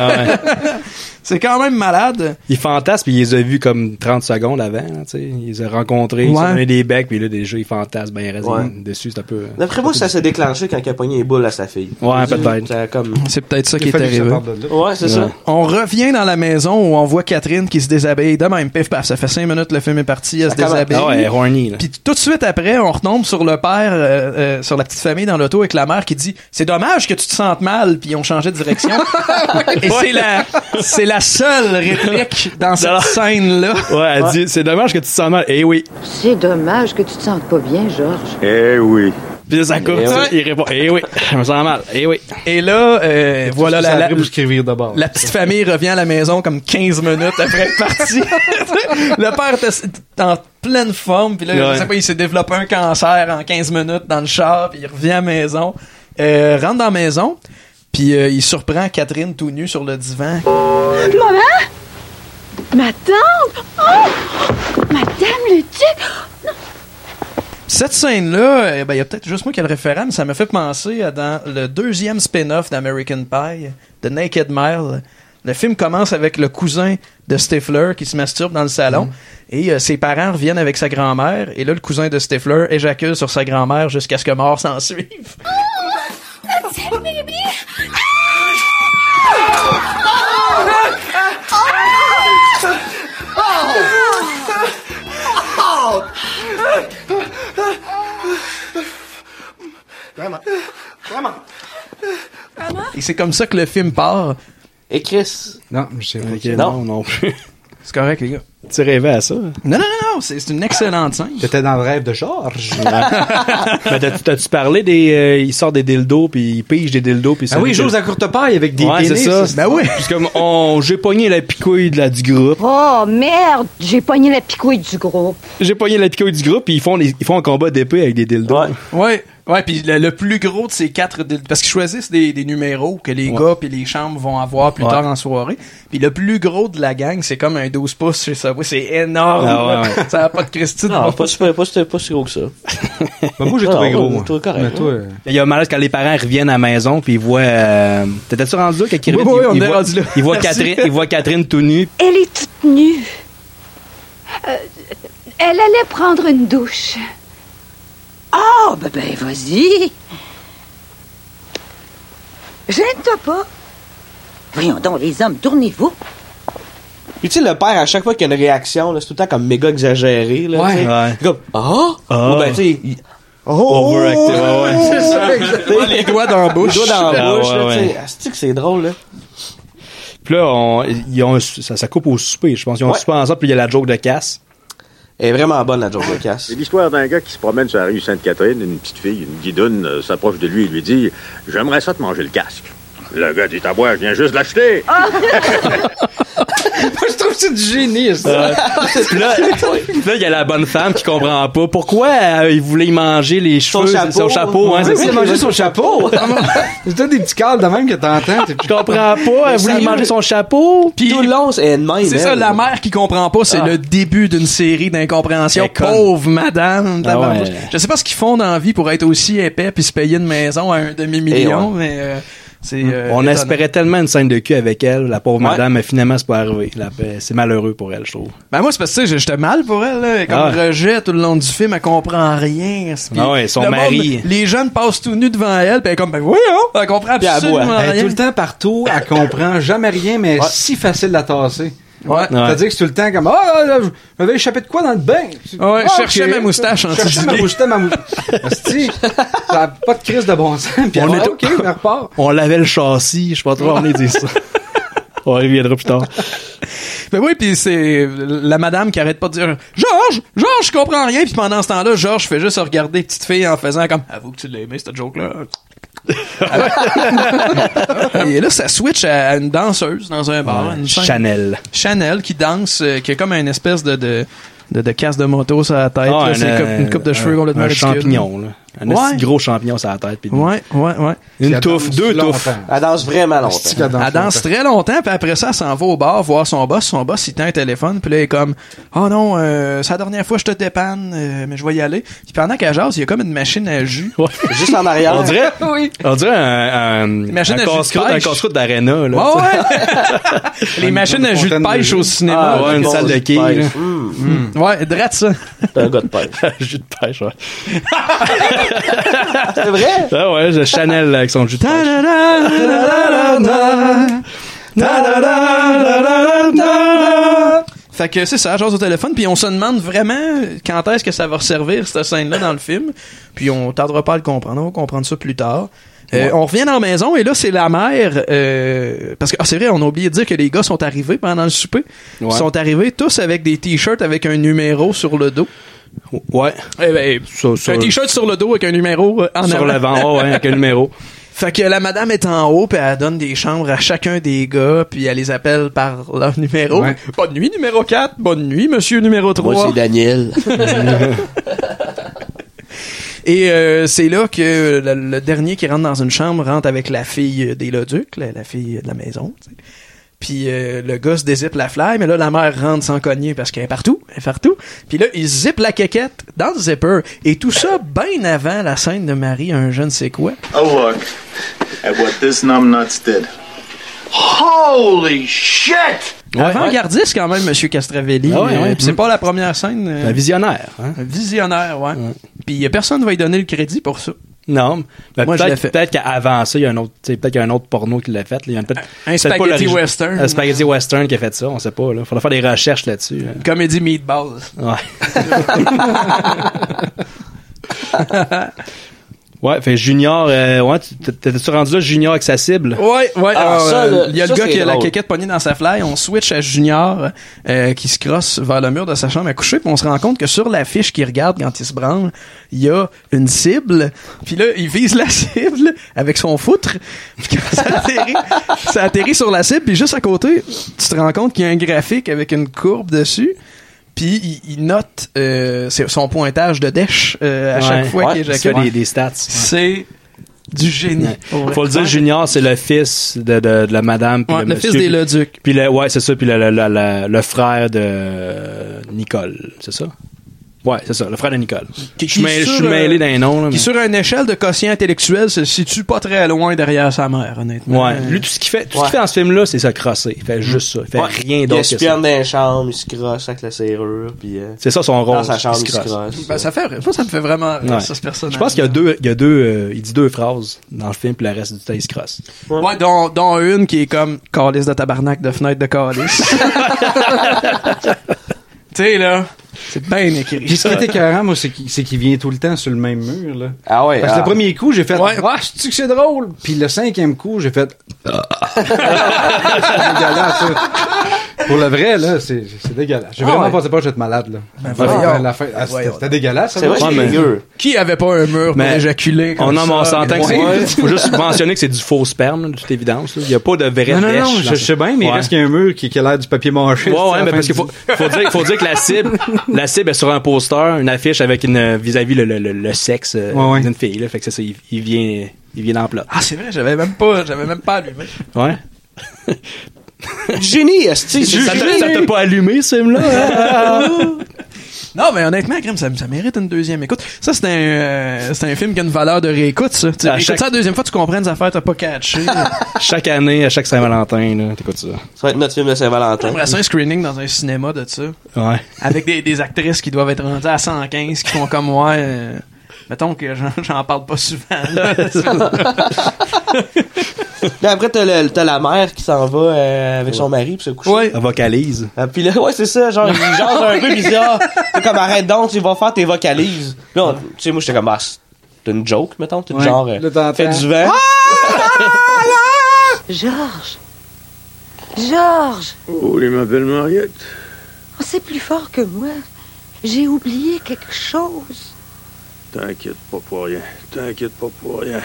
Ah ouais. C'est quand même malade. Il fantasme, puis il les a vus comme 30 secondes avant, là, tu sais. Il les a rencontrés, ils se Ouais. donnaient des becs, puis là, déjà, il fantasme, ben, il reste Ouais. dessus, c'est un peu. euh, D'après moi, ça s'est déclenché quand il a pogné les boules à sa fille. Ouais, peut-être. Ça a comme... C'est peut-être ça qui Il est fallait que ça arrivé. parte de là. Ouais, c'est ça. On revient dans la maison où on voit Catherine qui se déshabille de même pif paf. Ça fait cinq minutes le film est parti, elle se Ça commence- déshabille. Ah ouais, horny, là. Ben Puis tout de suite après, on retombe sur le père, euh, euh, sur la petite famille dans l'auto avec la mère qui dit c'est dommage que tu te sentes mal, puis ils ont changé de direction. Et c'est la, c'est la seule réplique dans cette Alors- scène là. Ouais, elle dit, c'est dommage que tu te sens mal. Eh oui. C'est dommage que tu te sentes pas bien, Georges. Eh oui. Puis là, ça coupe, Eh tu sais, oui. il répond, eh oui, je me sens mal. Eh oui. Et là, euh, voilà la, la, Après, vous écrivez d'abord. la petite famille revient à la maison comme 15 minutes après être parti. le père était en pleine forme, puis là, je Ouais. sais pas, il s'est développé un cancer en 15 minutes dans le char, puis il revient à la maison, euh, rentre dans la maison, puis euh, il surprend Catherine tout nue sur le divan. Maman? Ma tante? Oh! Madame le duc! Cette scène-là, eh ben, il y a peut-être juste moi qui ai le référent, mais ça me fait penser à dans le deuxième spin-off d'American Pie, The Naked Mile. Le film commence avec le cousin de Stifler qui se masturbe dans le salon et euh, ses parents reviennent avec sa grand-mère et là le cousin de Stifler éjacule sur sa grand-mère jusqu'à ce que mort s'en suive. Et c'est comme ça que le film part. Et Chris... Non, je sais pas. Ok, non, non plus. C'est correct les gars. Tu rêvais à ça? Non, non, non, non, c'est c'est une excellente scène. T'étais dans le rêve de Georges. Ah Mais t'as- t'as-tu parlé des. euh, il sort des dildos, puis il pige des dildos, puis ça. ah oui, j'ose à courte paille avec des Ouais, c'est pénis, ça. Ben oui. Puis c'est comme, on, j'ai pogné la picouille de la, du groupe. Oh merde, j'ai pogné la picouille du groupe. J'ai pogné la picouille du groupe, puis ils font, les- ils font un combat d'épée avec des dildos. Ouais. Ouais, ouais, puis le, le plus gros de ces quatre, dil- parce qu'ils choisissent des, des numéros que les gars puis les chambres vont avoir plus Ouais. tard en soirée. Puis le plus gros de la gang, c'est comme un 12 pouces chez Subway, c'est énorme. Ah ouais, Ah, ouais. Ça a pas de Christine. Non, Ah, pas super, pas, super- pas si gros que ça. Ben, moi, j'ai Ah, trouvé ouais, gros. j'ai moi. trouvé correct, Mais toi, euh, Il y a un malaise quand les parents reviennent à la maison, puis ils voient. euh, T'étais-tu rendu là quand ils Oui, reviennent? oui, on ils, est voient, rendu là. ils voient Merci. Catherine, ils voient Catherine tout nue. Elle est toute nue. Euh, elle allait prendre une douche. Oh, ben, ben, vas-y. Gêne-toi pas. Voyons donc, les hommes, tournez-vous. Puis tu sais, le père, à chaque fois qu'il y a une réaction, là, c'est tout le temps comme méga exagéré. Là, Ouais. tu sais. Ouais. Comme, oh! ah! Ah. Ou ben, tu sais, il- Overactive, ouais, ouais. c'est ça. les doigts dans la le bouche. doigt dans la Ah, bouche, ouais, là, tu ouais. sais. Ah, c'est-tu que c'est drôle, là? Puis là, on, ils ont un- ça, ça coupe au souper, je pense. Ils ont Ouais. un souper ensemble, puis il y a la joke de casse. Elle est vraiment bonne, la joke de casse. C'est l'histoire d'un gars qui se promène sur la rue Sainte-Catherine, une petite fille, une guidoune, euh, s'approche de lui et lui dit J'aimerais ça te manger le casque. Le gars dit à moi, je viens juste de l'acheter. je trouve que c'est du génie, ça. Puis là, puis là, il y a la bonne femme qui comprend pas pourquoi euh, il voulait y manger les Son cheveux, chapeau. son chapeau, hein, Oui, c'est oui, ça. il a mangé son chapeau. C'est toi des petits câbles de même que t'entends. t'es- Je comprends pas, elle voulait y sérieux? manger son chapeau. Puis- Tout le long, c'est elle de même. C'est elle. ça, la mère qui comprend pas, Ah. c'est le début d'une série d'incompréhensions. Elle est conne. Pauvre madame. Ah ouais. tabarnouche. Je sais pas ce qu'ils font dans la vie pour être aussi épais puis se payer une maison à un demi-million, mais euh, c'est. euh, Eh Hmm. on étonnant. espérait tellement une scène de cul avec elle, la pauvre Ouais. madame, mais finalement, c'est pas arrivé. La- C'est malheureux pour elle, je trouve. Ben moi, c'est parce que tu sais, j'étais mal pour elle. Là. Comme Ah. rejet tout le long du film, elle comprend rien. Puis Ah ouais, son le mari. monde- les jeunes passent tout nus devant elle, puis elle est comme, ben voyons, elle comprend Puis elle absolument Elle est rien. tout le temps partout, elle comprend jamais rien, mais elle est si facile à tasser. Ouais. C'est-à-dire que c'est tout le temps comme Ah, là, je m'avais échappé de quoi dans le bain? Ah Ah, Ouais, je cherchais ok. ma moustache en Je cherchais ma Sicile. moustache, ma moustache. Asti, ça a pas de crise de bon sens. Puis On on est est- OK, on repart. On lavait le châssis, je sais pas trop, on est dit ça. On reviendra plus tard. Ben oui, puis c'est la madame qui arrête pas de dire Georges, Georges, je comprends rien. Puis pendant ce temps-là, Georges fait juste regarder petite fille en faisant comme Avoue que tu l'as aimé cette joke-là. Et là, ça switch à une danseuse dans un bar, Ah, une scène- Chanel. Chanel qui danse, euh, qui a comme une espèce de de, de, de casse de moto sur la tête. Ah, là. c'est une un, coupe- une coupe de euh, cheveux un- complètement un ridicule. champignon, là. Un Ouais. petit gros champignon sur la tête. puis Ouais, ouais, ouais. Une Puis touffe, elle deux danse touffes. longtemps. Elle danse vraiment longtemps. Asti, qu'elle danse Elle danse longtemps. très longtemps, puis après ça, elle s'en va au bar voir son boss. Son boss, il tend un téléphone, puis là, il est comme « Oh non, euh, c'est la dernière fois que je te dépanne, euh, mais je vais y aller. » Puis pendant qu'elle jase, il y a comme une machine à jus. Ouais. Juste en arrière. On dirait, Oui. on dirait un, un, un machines à jus de casse-croûte, pêche. un casse-croûte d'arena, là. Ouais, ouais. Les machines à jus de fontaine de pêche jus. au Ah, cinéma. ouais, une salle de quai, là. Ouais, drate ça. T'es un gars de pêche. jus de pêche, ouais. C'est vrai? Ah ouais, j'ai Chanel avec son jus de pêche. Fait que c'est ça, jase au téléphone, puis on se demande vraiment quand est-ce que ça va servir cette scène-là dans le film, puis on tardera pas à le comprendre, on va comprendre ça plus tard. Euh, On revient dans la maison et là c'est la mère euh, parce que ah, c'est vrai on a oublié de dire que les gars sont arrivés pendant le souper ils Ouais. sont arrivés tous avec des t-shirts avec un numéro sur le dos Ouais. eh ben, Sur, sur- un t-shirt sur le dos avec un numéro euh, en sur avant. le vent, Ah ouais, avec un numéro. Fait que la madame est en haut, puis elle donne des chambres à chacun des gars, puis elle les appelle par leur numéro. Ouais. Bonne nuit, numéro 4. Bonne nuit, monsieur numéro 3. Moi, c'est Daniel. Et euh, c'est là que le, le dernier qui rentre dans une chambre rentre avec la fille des Loduc, la, la fille de la maison. tu sais. Puis euh, le gars se dézippe la fly, mais là, la mère rentre sans cogner parce qu'elle est partout, elle est partout. Puis là, il zippe la quéquette dans le zipper. Et tout ça bien avant la scène de Marie, un je ne sais quoi. Oh, look at what this numbnuts did. Holy shit! Avant-gardiste quand même, Monsieur Castravelli. Ah ouais, Euh, ouais. puis C'est pas la première scène. euh, Un visionnaire, hein. visionnaire, ouais. Puis euh, personne va lui donner le crédit pour ça. Non. Ben, Moi, je l'ai peut-être fait. peut-être qu'avant ça, il y a un autre, tu sais, peut-être qu'il y a un autre porno qui l'a fait. là. Il y en a peut-être- Un c'est pas spaghetti l'origi- western. Un spaghetti western qui a fait ça, on sait pas, là. Faudra faire des recherches là-dessus. là. Comédie Meatballs. Ouais. Ouais, fait Junior, euh, ouais, tu- t'es- t'étais-tu rendu là, Junior avec sa cible? Ouais, ouais. Ah, alors, ça, euh, le- il y a le ça, gars c'est qui a la drôle. quéquette pognée dans sa fly. On switch à Junior euh, qui se crosse vers le mur de sa chambre à coucher. Puis on se rend compte que sur l'affiche qu'il regarde quand il se branle, il y a une cible. Puis là, il vise la cible avec son foutre. Puis quand ça atterrit, ça atterrit sur la cible. Puis juste à côté, tu te rends compte qu'il y a un graphique avec une courbe dessus. Puis il, il note euh, c'est son pointage de dèche euh, à Ouais. chaque fois Ouais, qu'il il se éjacule. fait des- des stats. C'est du génie. Ouais. Faut le dire, Junior, c'est le fils de, de, de la madame. puis Ouais, le monsieur. fils des Leduc. Puis le, ouais, c'est ça. Puis le, le- le- le- le frère de euh, Nicole, c'est ça? Ouais, c'est ça, le frère de Nicole. je suis mêlé- je suis mêlé d'un nom. Qui sur une échelle de quotient intellectuel se situe pas très loin derrière sa mère, honnêtement. Ouais. Euh, Lui, tout ce qu'il fait, tout ce Ouais. qu'il fait dans ce film-là, c'est se crosser. Il fait juste ça. Il fait Ouais. Ben, rien d'autre Il que ça. espionne dans les chambres, il se crosse avec la serrure, puis. euh, C'est ça, son Dans rôle, sa chambre, il se il se crosse. crosse. ben, ça, fait, moi, ça me fait vraiment rire, Ouais. ça, ce personnage. Je pense qu'il y a deux, il y a deux, euh, il dit deux phrases dans le film, puis le reste du temps, il se crosse. Ouais, dont, dont une qui est comme Calice de tabarnak de fenêtre de Calice. tu sais, là, c'est bien écrit. Puis ce qui ça. est écœurant, moi, c'est qu'il c'est qu'il vient tout le temps sur le même mur. Là. Ah ouais. Parce que ah. le premier coup, j'ai fait Ouais. Ah, c'est-tu que c'est drôle? Puis le cinquième coup, j'ai fait ah. C'est dégueulasse, ça. Pour le vrai, là, c'est c'est dégueulasse. J'ai Ah vraiment ouais. Ben, pensé pas que j'étais malade. Là. voyons. Ah, la fin- ah, c'était- voyons. C'était dégueulasse. ça, C'est vrai, là. c'est mais- dégueu. Qui avait pas un mur pour Mais éjaculer On comme en on ça? s'entend que Ouais. c'est. Faut juste mentionner que c'est du faux sperme, là, de toute évidence. là. Il n'y a pas de vrai Non, non, dèche non, dans je, ce- je sais bien, mais Ouais. il reste qu'il y a un mur qui, qui a l'air du papier mâché. Ouais, c'est ouais, la mais fin parce du- qu'il faut, faut dire, faut dire que la cible, la cible est sur un poster, une affiche avec une, euh, vis-à-vis le, le, le, le sexe euh, Ouais, ouais. d'une fille, là. Fait que c'est ça, il, il vient, il vient dans le plat. Ah, c'est vrai, j'avais même pas, j'avais même pas allumé. Ouais. Génie, esti, c'est Ça ça. t'a- ça t'a pas allumé, ce film-là? hein? Non, mais honnêtement, Grim, ça, ça mérite une deuxième écoute. Ça, c'est un, euh, c'est un film qui a une valeur de réécoute, ça. Tu À écoutes chaque- ça la deuxième fois, tu comprends les affaires, t'as pas catché. chaque année, à chaque Saint-Valentin, là, t'écoutes ça. Ça va être notre film de Saint-Valentin. J'aimerais ça un screening dans un cinéma de ça. Ouais. Avec des, des actrices qui doivent être rendues à 115, qui font comme moi. euh, mettons que j'en- j'en parle pas souvent. là. Puis après, t'as le- t'as la mère qui s'en va euh, avec son mari puis se coucher. ouais. Elle vocalise. Ah, puis là, ouais, c'est ça, genre, il jase un peu, pis il dit, ah, t'es comme arrête donc, tu vas faire tes vocalises. Puis Là, on- tu sais, moi, j'étais comme, ah, c'est une joke, mettons, t'es Ouais. genre, euh, Là, t'entends. fais du vent. Ah! Georges! Georges! Oh, il m'appelle Mariette. Oh, C'est plus fort que moi. J'ai oublié quelque chose. T'inquiète pas pour rien. T'inquiète pas pour rien.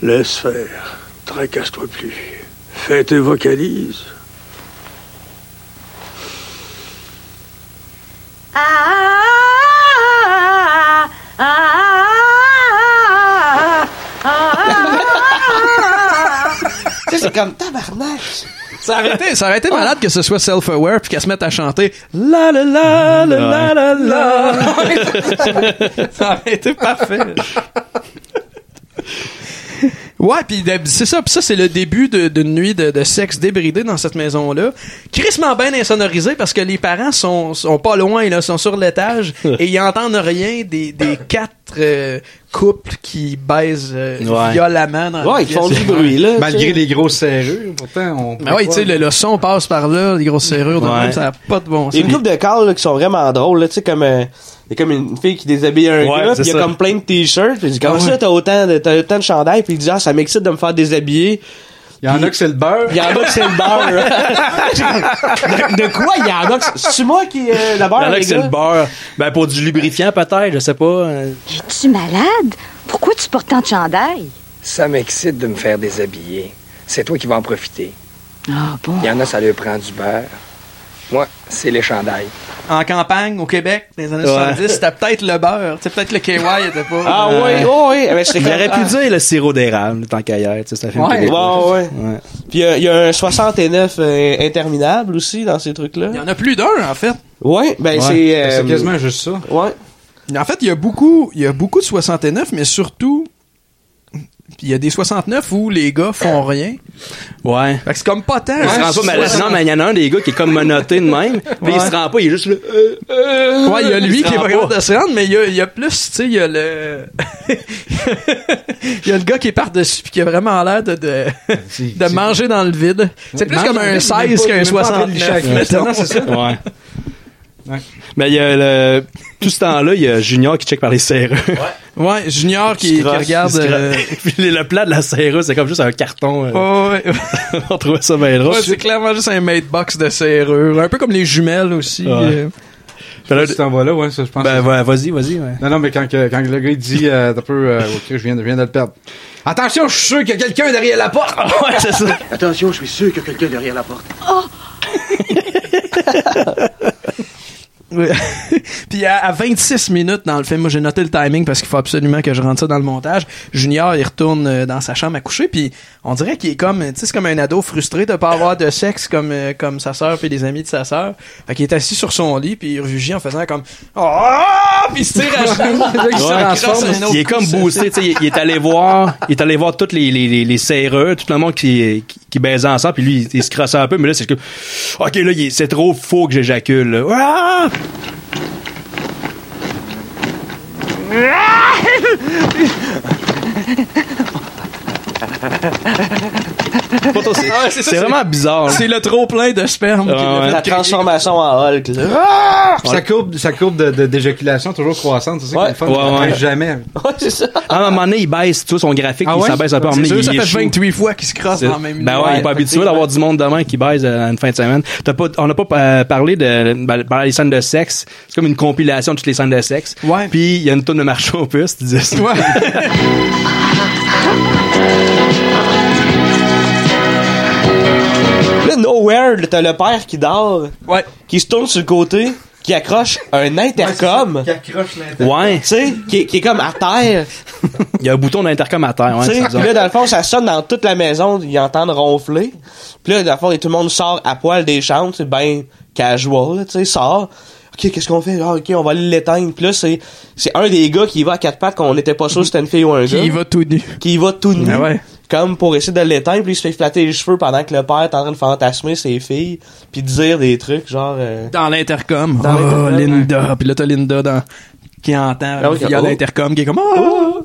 Laisse faire. Tracasse-toi plus. Fais tes vocalises. Ah, ah, ah, ah, ah, ah, ah, ah. Tu sais, c'est comme, tabarnak. Ça aurait été, ça aurait Ah. été malade que ce soit self-aware puis qu'elle se mette à chanter la la la la la la la. ça aurait été parfait. Ouais, puis d'hab- c'est ça, puis ça c'est le début de- d'une nuit de, de sexe débridé dans cette maison là. Crissement bien insonorisé parce que les parents sont, sont pas loin là, sont sur l'étage et ils entendent rien des, des quatre euh, couples qui baisent euh, Ouais. violemment dans la Ouais, ils pièce. font du bruit, là. Malgré tu sais. les grosses serrures, pourtant, on. Mais ouais, Ben tu sais, le, le son passe par là, les grosses serrures, de Ouais. même, ça n'a pas de bon Il y a une sens. couple de calls, là, qui sont vraiment drôles, là, tu sais, comme, euh, il y a comme une fille qui déshabille un Ouais, gars, c'est pis il y a ça. comme plein de t-shirts, pis il dit, comment Ah ouais. ça, t'as autant de, t'as autant de chandails, pis il dit, ah, ça m'excite de me faire déshabiller. Il y en a que c'est le beurre. Il y en a que c'est le beurre. de, de quoi il y en a que c'est c'est moi qui euh, le beurre Il y en a les que c'est gars? le beurre. Ben, pour du lubrifiant, peut-être, je sais pas. euh, Es-tu malade? Pourquoi tu portes tant de chandail? Ça m'excite de me faire déshabiller. C'est toi qui vas en profiter. Ah bon? Il y en a, ça leur prend du beurre. Moi, c'est les chandails. En campagne, au Québec, dans les années Ouais. 70, c'était peut-être le beurre. Tu sais, peut-être le KY était pas. Ah Euh, ouais, oh, ouais, ouais. Il aurait pu dire le sirop d'érable, tant qu'ailleurs, tu sais, c'est un film Ouais. québécois. Ouais, ouais. Ouais. Puis il y a un 69 euh, interminable aussi dans ces trucs-là. Il y en a plus d'un, en fait. Ouais, ben Ouais, c'est. euh, c'est quasiment juste ça. Ouais. En fait, il y a beaucoup, il y a beaucoup de 69, mais surtout, il y a des 69 où les gars font rien. Ouais. Fait que c'est comme pas tant. Il se hein, rend pas mal- 60. Non, mais il y en a un des gars qui est comme menotté de même. Puis il se rend pas, il est juste là. euh, euh, Ouais, il y a lui se qui est rend pas capable de se rendre, mais il y a, il y a plus, tu sais, il y a le. Il y a le gars qui est par-dessus puis qui a vraiment l'air de, de, de manger dans le vide. C'est plus Mange comme dans un le vide, il est 16 pas- qu'un il est pas en train de licher 69. avec le mettons. Non, c'est ça. Ouais. Mais il y a le- tout ce temps-là, il y a Junior qui check par les serrures. Ouais, Junior qui, Il se qui crosse, regarde. il se crosse. euh, Puis le le plat de la serrure, c'est comme juste un carton. euh. ouais, ouais. On trouvait ça bien drôle. Ouais, c'est clairement juste un mate box de serrure. Un peu comme les jumelles aussi. Ouais. euh. Je sais pas si tu t'en vas là, ouais, ça, je pense. Ben, que- vas-y, vas-y, ouais. Non, non, mais quand, que- quand le gars il dit, euh, t'as peu, euh, ok, je viens, de- je viens de le perdre. Attention, je suis sûr qu'il y a quelqu'un derrière la porte! ouais, c'est ça. Attention, je suis sûr qu'il y a quelqu'un derrière la porte. Ouais. Puis à, à 26 minutes dans le film, moi j'ai noté le timing parce qu'il faut absolument que je rentre ça dans le montage. Junior, il retourne euh, dans sa chambre à coucher, puis on dirait qu'il est comme, tu sais, c'est comme un ado frustré de pas avoir de sexe comme euh, comme sa sœur puis les amis de sa sœur. Fait qu'il est assis sur son lit puis il rugit en faisant comme ah, puis il se tire à genoux. Il se Ouais, transforme en Ah, un autre il est comme coup, ça. boosté, tu sais, il, il est allé voir, il est allé voir toutes les, les, les, les serreux, tout le monde qui, qui, qui baisait ensemble, puis lui, il, il se crossait un peu, mais là, c'est que, ok, là, il- c'est trop, faut que j'éjacule, là. Ah! Pourtant, c'est- Ah, c'est vraiment bizarre. C'est le trop plein de sperme. qui Ah l'a fait La crier. transformation en Hulk. là. Puis Sa courbe, sa courbe de- de- d'éjaculation toujours croissante, c'est ça qui est le fun, Ouais, on ouais. arrête jamais. Ouais, c'est ça. À un moment donné, il baisse, tu vois, son graphique, Ah il ouais? s'abaisse un peu. à un moment C'est donné, sûr, ça il fait échoue. 28 fois qu'il se crosse Ben dans la ouais, même il est pas habitué d'avoir du monde demain qui baise euh, à une fin de semaine. T'as pas, on n'a pas euh, parlé de ben, parlé des scènes de sexe. C'est comme une compilation de toutes les scènes de sexe. Ouais. Puis il y a une tonne de marché aux puces, tu disais ça. Ouais. Là, nowhere, là, t'as le père qui dort, Ouais. qui se tourne sur le côté, qui accroche un intercom, Qui accroche l'internet. Ouais. tu sais, qui, qui est comme à terre. Il y a un bouton d'intercom à terre. Ouais, tu sais, c'est bizarre. Puis là, dans le fond, ça sonne dans toute la maison, ils entendent ronfler. Puis là, dans le fond, et tout le monde sort à poil des chambres, c'est ben casual, là, tu sais, sort. Ok, qu'est-ce qu'on fait? Ah, ok, on va aller l'éteindre. Puis là, c'est, c'est un des gars qui y va à quatre pattes, qu'on n'était pas sûr si c'était une fille ou un Qui gars. y va tout nu. qui y va tout nu. Ah ouais. Comme pour essayer de l'éteindre, puis il se fait flatter les cheveux pendant que le père est en train de fantasmer ses filles, puis de dire des trucs genre. euh, Dans l'intercom. Dans oh, l'intercom, Linda. Puis là, t'as Linda dans... qui entend Ah oui, via oh. l'intercom, qui est comme... Oh!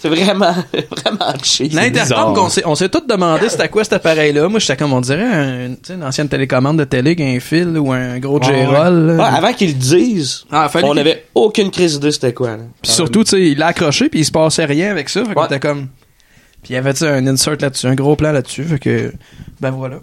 C'est vraiment, vraiment cheap. L'intercom, qu'on s'est- on s'est tous demandé c'était quoi cet appareil-là. Moi, j'étais comme, on dirait, un, tu sais, une ancienne télécommande de télé, un fil ou un gros J-roll. là. Ah, avant qu'ils le disent, Ah, fallait on qu'il- avait aucune crise d'idée c'était quoi. là. Puis surtout, tu sais, il l'a accroché, puis il se passait rien avec ça. Fait qu'on Ouais. était comme... Puis il y avait tu sais, un insert là-dessus, un gros plan là-dessus. Fait que... Ben voilà.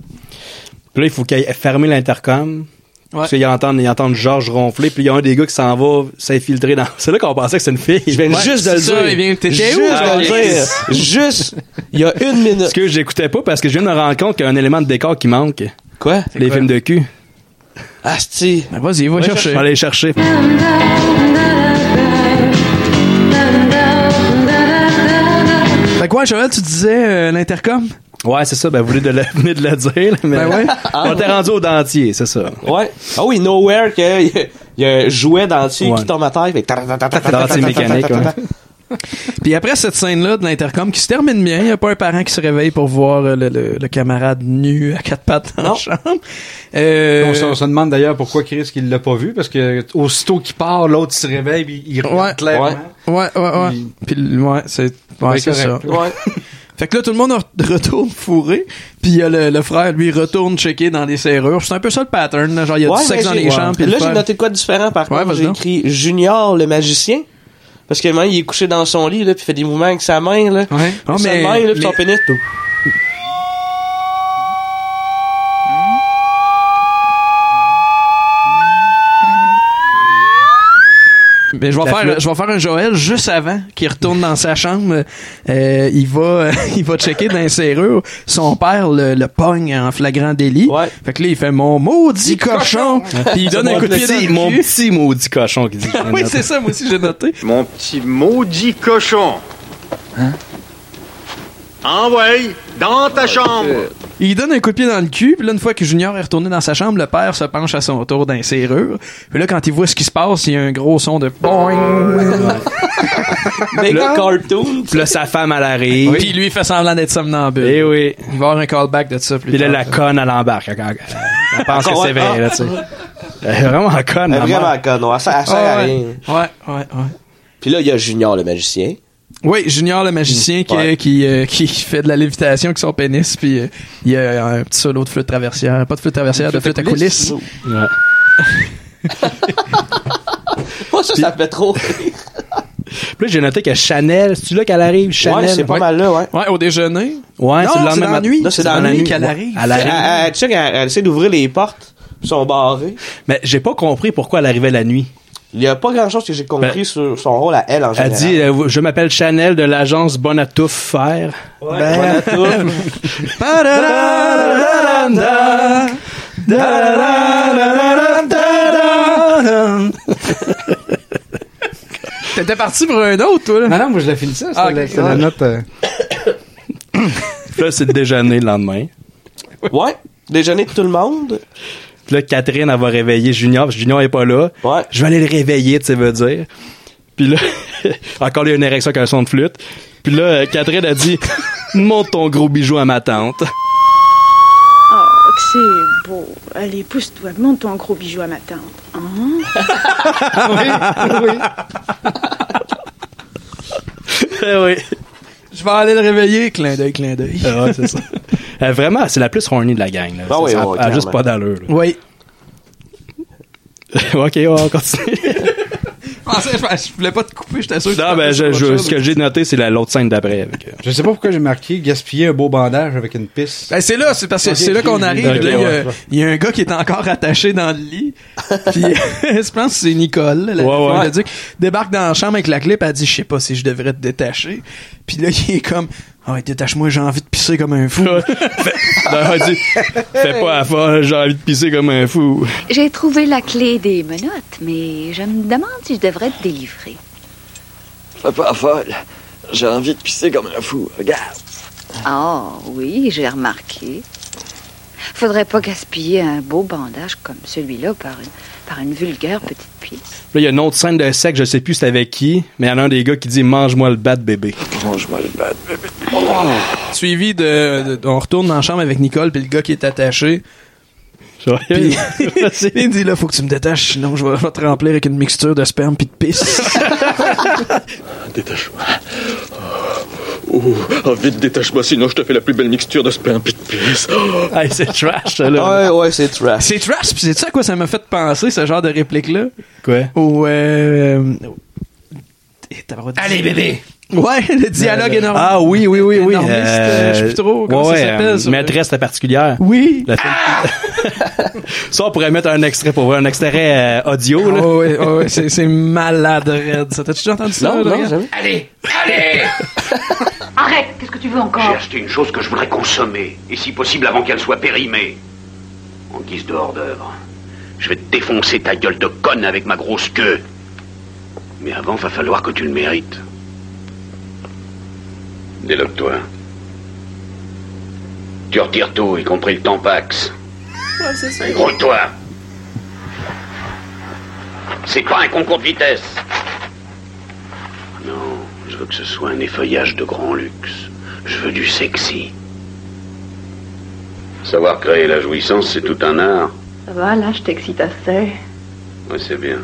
Puis là, il faut qu'il aille fermer l'intercom. Ouais. Parce qu'ils entendent, ils entendent Georges ronfler, puis il y a un des gars qui s'en va s'infiltrer dans. C'est là qu'on pensait que c'était une fille. Je viens Ouais. juste de c'est le ça, il vient- dire. t'étais juste où? de le Ah, dire. Juste, il y a une minute. Parce que j'écoutais pas parce que je viens de me rendre compte qu'il y a un élément de décor qui manque. Quoi? Les films de cul. Asti. Ben vas-y, va Je chercher. vais aller les chercher. Fait quoi, Joël, tu disais euh, l'intercom? Ouais, c'est ça. Ben, vous voulez de le, venez de le dire, là, mais Ben ouais. on était rendu au dentier, c'est ça. Ouais. Ah oui, Nowhere, que il y a- il y a un jouet d'entier Ouais. qui tombe à terre. Fait... Dentier mécanique, ouais. Puis après cette scène-là de l'intercom qui se termine bien, il n'y a pas un parent qui se réveille pour voir euh, le, le- le camarade nu à quatre pattes dans la Non. chambre. Euh, On, se, on se demande d'ailleurs pourquoi Chris qu'il l'a pas vu parce que aussitôt qu'il part l'autre se réveille puis il regarde Ouais. clairement. Ouais. Ouais, ouais, ouais. Il- Puis le- ouais, c'est ouais, Ouais, c'est ça. correct. Ouais. Fait que là, tout le monde re- retourne fourré, puis il y a le, le frère, lui, retourne checker dans les serrures. C'est un peu ça le pattern, là, genre il y a du Ouais, mais sexe dans j'ai- les chambres. puis Là, le j'ai frère- noté de quoi de différent par Ouais, contre. vas-y J'ai donc. écrit Junior le magicien. Parce que maintenant, il est couché dans son lit, là, puis il fait des mouvements avec sa main, là. Ouais. Ah, sa mais main, là, puis son les- pénis. tout. Mais Ben, je vais La faire, flûte. je vais faire un Joël juste avant qu'il retourne dans sa chambre. Euh, il va, il va checker dans les serrures. Son père le, le pogne en flagrant délit. Ouais. Fait que là, il fait mon maudit cochon. Puis il donne un Mon coup de pied dans petit, le mon cul. petit maudit cochon qui dit. Oui, c'est ça, moi aussi j'ai noté. Mon petit maudit cochon. Hein? Envoie dans Ah, ta chambre. Il donne un coup de pied dans le cul, puis là, une fois que Junior est retourné dans sa chambre, le père se penche à son tour dans les serrures. Puis là, quand il voit ce qui se passe, il y a un gros son de boing. Mec cartoon. Puis là, sa femme, elle arrive. Puis lui, il fait semblant d'être somnambule. Eh oui. Il va avoir un callback de ça plus Puis là, tard. la conne, elle embarque. Elle, elle- elle pense que c'est vrai, là, tu sais. Elle est vraiment conne, ah, Elle est la vraiment mère. conne, ouais. Ça, elle sert à Ah ouais. rien. ouais, ouais, ouais. Puis là, il y a Junior le magicien. Oui, Junior le magicien qui, Ouais. qui, euh, qui fait de la lévitation avec son pénis, puis euh, il y a un petit solo de flûte traversière. Pas de flûte traversière, de flûte à coulisses. Ouais. Moi, ça, ça me fait trop. Puis là, j'ai noté que Chanel, c'est-tu là qu'elle arrive? Chanel. c'est pas mal là, ouais. Ouais, au déjeuner. Ouais, Non, c'est le c'est lendemain dans la matin. nuit. Non, c'est dans la nuit qu'elle ouais. arrive. Ah, Elle arrive. Elle- elle- tu sais qu'elle- elle essaie d'ouvrir les portes, puis sont barrées. Mais j'ai pas compris pourquoi elle arrivait la nuit. Il y a pas grand-chose que j'ai compris Ben, sur son rôle à elle en Elle général. dit, euh, je m'appelle Chanel de l'agence Bonne à tout faire. Ouais, bonne à tout. T'étais parti pour un autre, toi, là? Non, non, moi, je la finissais. C'était Ah, la, ok. c'était la note. euh, Puis là, c'est le déjeuner le lendemain. Ouais, déjeuner de tout le monde. Puis là, Catherine, elle va réveiller Junior, parce que Junior est pas là. Je vais aller le réveiller, tu sais, veut dire. Puis là, encore lui, une érection avec un son de flûte. Puis là, euh, Catherine a dit, monte ton gros bijou à ma tante. Oh, que c'est beau. Allez, pousse-toi, monte ton gros bijou à ma tante. Hein? oui. oui. Je vais aller le réveiller, clin d'œil, clin d'œil. Ah ouais, c'est ça. Euh, vraiment, c'est la plus horny de la gang. Là. Ah Ça, oui, ça a- ouais, a juste clairement. pas d'allure. là. Oui. ok, on continue. Je pensais, Ah, je, je voulais pas te couper, j'étais sûr. que tu non, ben, pensais je, sur je- autre ce que chose. j'ai noté, c'est la- l'autre scène d'après. avec, euh, Je sais pas pourquoi j'ai marqué gaspiller un beau bandage avec une pisse. Ben, c'est là, c'est parce que Ok, c'est là ok, qu'on j'ai- arrive. ok, là, il, y a, ouais. il y a un gars qui est encore attaché dans le lit. Puis, je pense que c'est Nicole, la Ouais, ouais. la duc, débarque dans la chambre avec la clip. Elle dit, je sais pas si je devrais te détacher. Puis là, il est comme, ah ouais, détache-moi, j'ai envie de pisser comme un fou. Ben, elle dit, fais pas la folle, j'ai envie de pisser comme un fou. J'ai trouvé la clé des menottes, mais je me demande si je devrais te délivrer. Fais pas la folle. J'ai envie de pisser comme un fou. Regarde. Ah oui, j'ai remarqué. Faudrait pas gaspiller un beau bandage comme celui-là par une, par une vulgaire petite pisse. Là, il y a une autre scène de sexe, je sais plus c'est avec qui, mais il y en a un des gars qui dit Mange-moi le bat, bébé. Mange-moi le bat, bébé. Suivi de, de- On retourne dans la chambre avec Nicole, puis le gars qui est attaché. Puis, il dit là, faut que tu me détaches, sinon je vais, je vais te remplir avec une mixture de sperme puis de pisse. Détache-moi. Oh, oh, vite, détache-moi, sinon je te fais la plus belle mixture de sperme pis de pisse. c'est trash, Ouais, ouais, c'est trash. C'est trash, puis c'est ça à quoi ça m'a fait penser, ce genre de réplique-là. Quoi? Au. euh, au- Eh, t'as pas le droit de Allez, dire. bébé! Ouais, le dialogue énorme. Ah oui, oui, oui, oui. Énormiste, euh, je sais plus trop comment ça s'appelle, euh, ça. maîtresse la particulière. Oui. ça, on pourrait mettre un extrait pour voir, un extrait euh, audio. Là. Oh, ouais, oh, ouais, c'est, c'est malade, Red. Ça, t'as-tu déjà entendu ça? Non, là, non, Red? jamais. Allez, allez Arrête, qu'est-ce que tu veux encore J'ai acheté une chose que je voudrais consommer, et si possible avant qu'elle soit périmée. En guise de hors d'œuvre, je vais te défoncer ta gueule de conne avec ma grosse queue. Mais avant, va falloir que tu le mérites. Déloque-toi. Tu retires tout, y compris le tampax. Grouille-toi C'est pas un concours de vitesse Non, je veux que ce soit un effeuillage de grand luxe. Je veux du sexy. Savoir créer la jouissance, c'est tout un art. Ça va, là, je t'excite assez. Oui, c'est bien.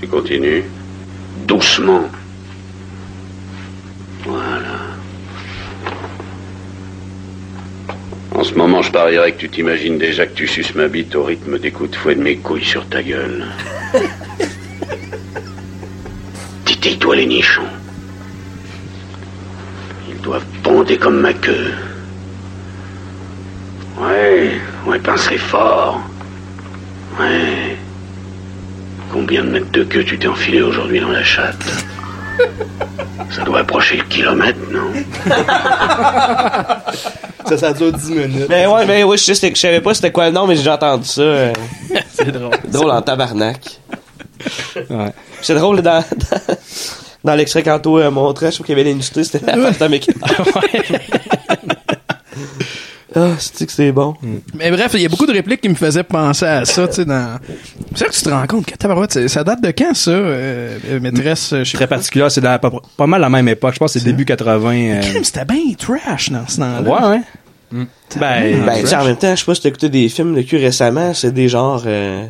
Tu continues Doucement. Voilà. En ce moment, je parierais que tu t'imagines déjà que tu suces ma bite au rythme des coups de fouet de mes couilles sur ta gueule. Titille-toi les nichons. Ils doivent bonder comme ma queue. Ouais, ouais, pincerait fort. Ouais. Combien de mètres de queue tu t'es enfilé aujourd'hui dans la chatte Ça doit approcher le kilomètre, non Ça, ça dure 10 minutes. Mais Ben ouais, mais ouais, je, sais, c'était- je savais pas c'était quoi le nom, mais j'ai entendu ça. euh. c'est drôle. drôle en tabarnak. C'est drôle dans, dans, dans l'extrait quand toi euh, montrait, je trouve qu'il y avait l'industrie, c'était l'appartement Mickey. Ah, c'est que c'est bon. Mais bref, il y a beaucoup de répliques qui me faisaient penser à ça, tu sais, dans... C'est vrai que tu te rends compte que, tabarouette, c'est- ça date de quand, ça, euh, euh, maîtresse? euh, je sais Très particulière, c'est dans la- pas, pas mal la même époque. Je pense que c'est début 80. euh, Crime, c'était bien trash dans ce temps-là. Ouais, ouais. Ben, Ben, tu sais, en même temps, je sais pas si t'as écouté des films de cul récemment, c'est des genres. euh,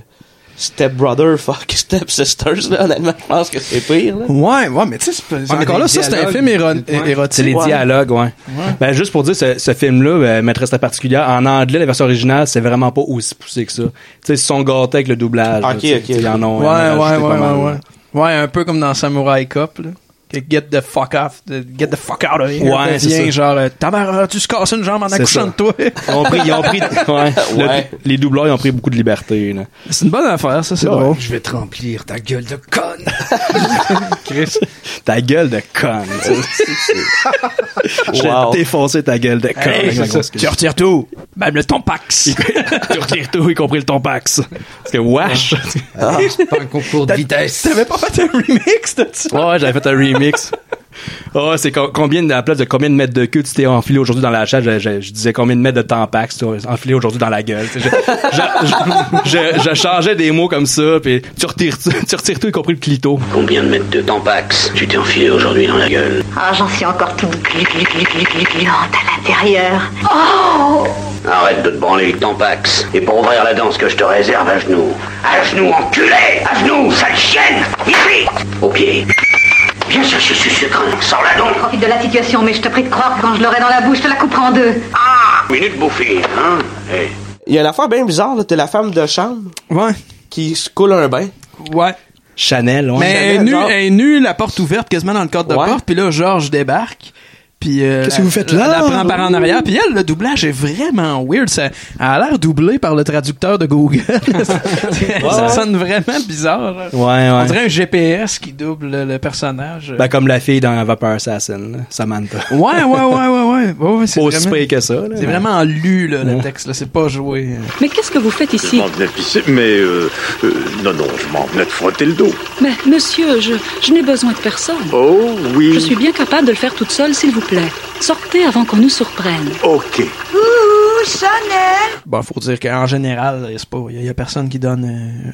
Step Brother, fuck Step Sisters, là, honnêtement, je pense que c'est pire, là. Ouais, ouais, mais tu sais, c'est pas- mais encore des là, ça, c'est un dialogues, film éro- des- ouais. érotique. C'est les Ouais. dialogues, ouais. Ben, juste pour dire, ce, ce film-là, ben, Maîtresse la particulière, en anglais, la version originale, c'est vraiment pas aussi poussé que ça. Tu sais, ils se sont gâtés avec le doublage. là, Ok, tu sais, ok. Ils en ont, Ouais, ils ouais, en ont ouais, ajouté pas ouais, mal, ouais. là. Ouais, un peu comme dans Samurai Cop, là. Que Get the fuck off, de- get the fuck out of here. Viens, Ouais, c'est ça. genre, euh, ta mère, tu se casses une jambe en C'est accouchant ça. de toi. Ils ont pris, ils ont pris, ouais. Le- les doubleurs, ils ont pris beaucoup de liberté, là. C'est une bonne affaire, ça, c'est Ouais. drôle. Je vais te remplir ta gueule de conne. Chris, ta gueule de con. Je vais Wow. défoncer ta gueule de con. Hey, avec ma c'est grosse ça. queue. Tu retires tout. Même le tompax. tu retires tout, y compris le tompax. Parce que wesh. C'est pas un concours de vitesse. T'avais pas fait un remix de ça? Ouais, ouais, j'avais fait un remix. Oh, c'est co- combien de, à la place de combien de mètres de queue tu t'es enfilé aujourd'hui dans la chatte, je, je- je disais combien de mètres de tampax tu t'es enfilé aujourd'hui dans la gueule. Tu sais, Je, je- je- je changeais des mots comme ça, puis tu retires, tu, tu retires tout, y compris le clito. Combien de mètres de tampax tu t'es enfilé aujourd'hui dans la gueule Ah, j'en suis encore toute glu, glu, glu, glu, glu, gluante à l'intérieur. Oh Arrête de te branler le tampax. Et pour ouvrir la danse que je te réserve à genoux. À genoux, enculé À genoux, sale chienne Ici Au pied. Viens chercher ce sucre. hein. Sors la Je langue. profite Oh, de la situation, mais je te prie de croire que quand je l'aurai dans la bouche, je te la couperai en deux. Ah! Minute bouffée, hein Eh. Il y a une affaire bien bizarre, là. T'as la femme de chambre. Ouais. Qui se coule un bain. Ouais. Chanel, ouais. Mais elle est, nue, elle est nue, la porte ouverte, quasiment dans le cadre de Ouais. porte. Puis là, Georges débarque. Puis, euh, Qu'est-ce la- que vous faites la- là? La prend par en arrière. Puis elle, le doublage est vraiment weird. Ça, elle a l'air doublée par le traducteur de Google. ça, ça sonne vraiment bizarre. là. Ouais, ouais. On dirait un GPS qui double le, le personnage. Ben, comme la fille dans Vapeur Assassin, là, Samantha. Ouais, ouais, ouais, ouais, ouais. ouais, ouais, c'est Pas aussi vraiment- pire que ça, là, C'est mais- vraiment lu, là, le texte. là. C'est pas joué. Mais qu'est-ce que vous faites Je ici m'en venais pisser, mais euh, euh, non, non, je m'en venais te frotter le dos. Mais monsieur, je, je n'ai besoin de personne. Oh oui. Je suis bien capable de le faire toute seule, s'il vous plaît. Sortez avant qu'on nous surprenne. Ok. Ouh, Chanel Bon, Ben, faut dire qu'en général, là, c'est pas, il y, a personne qui donne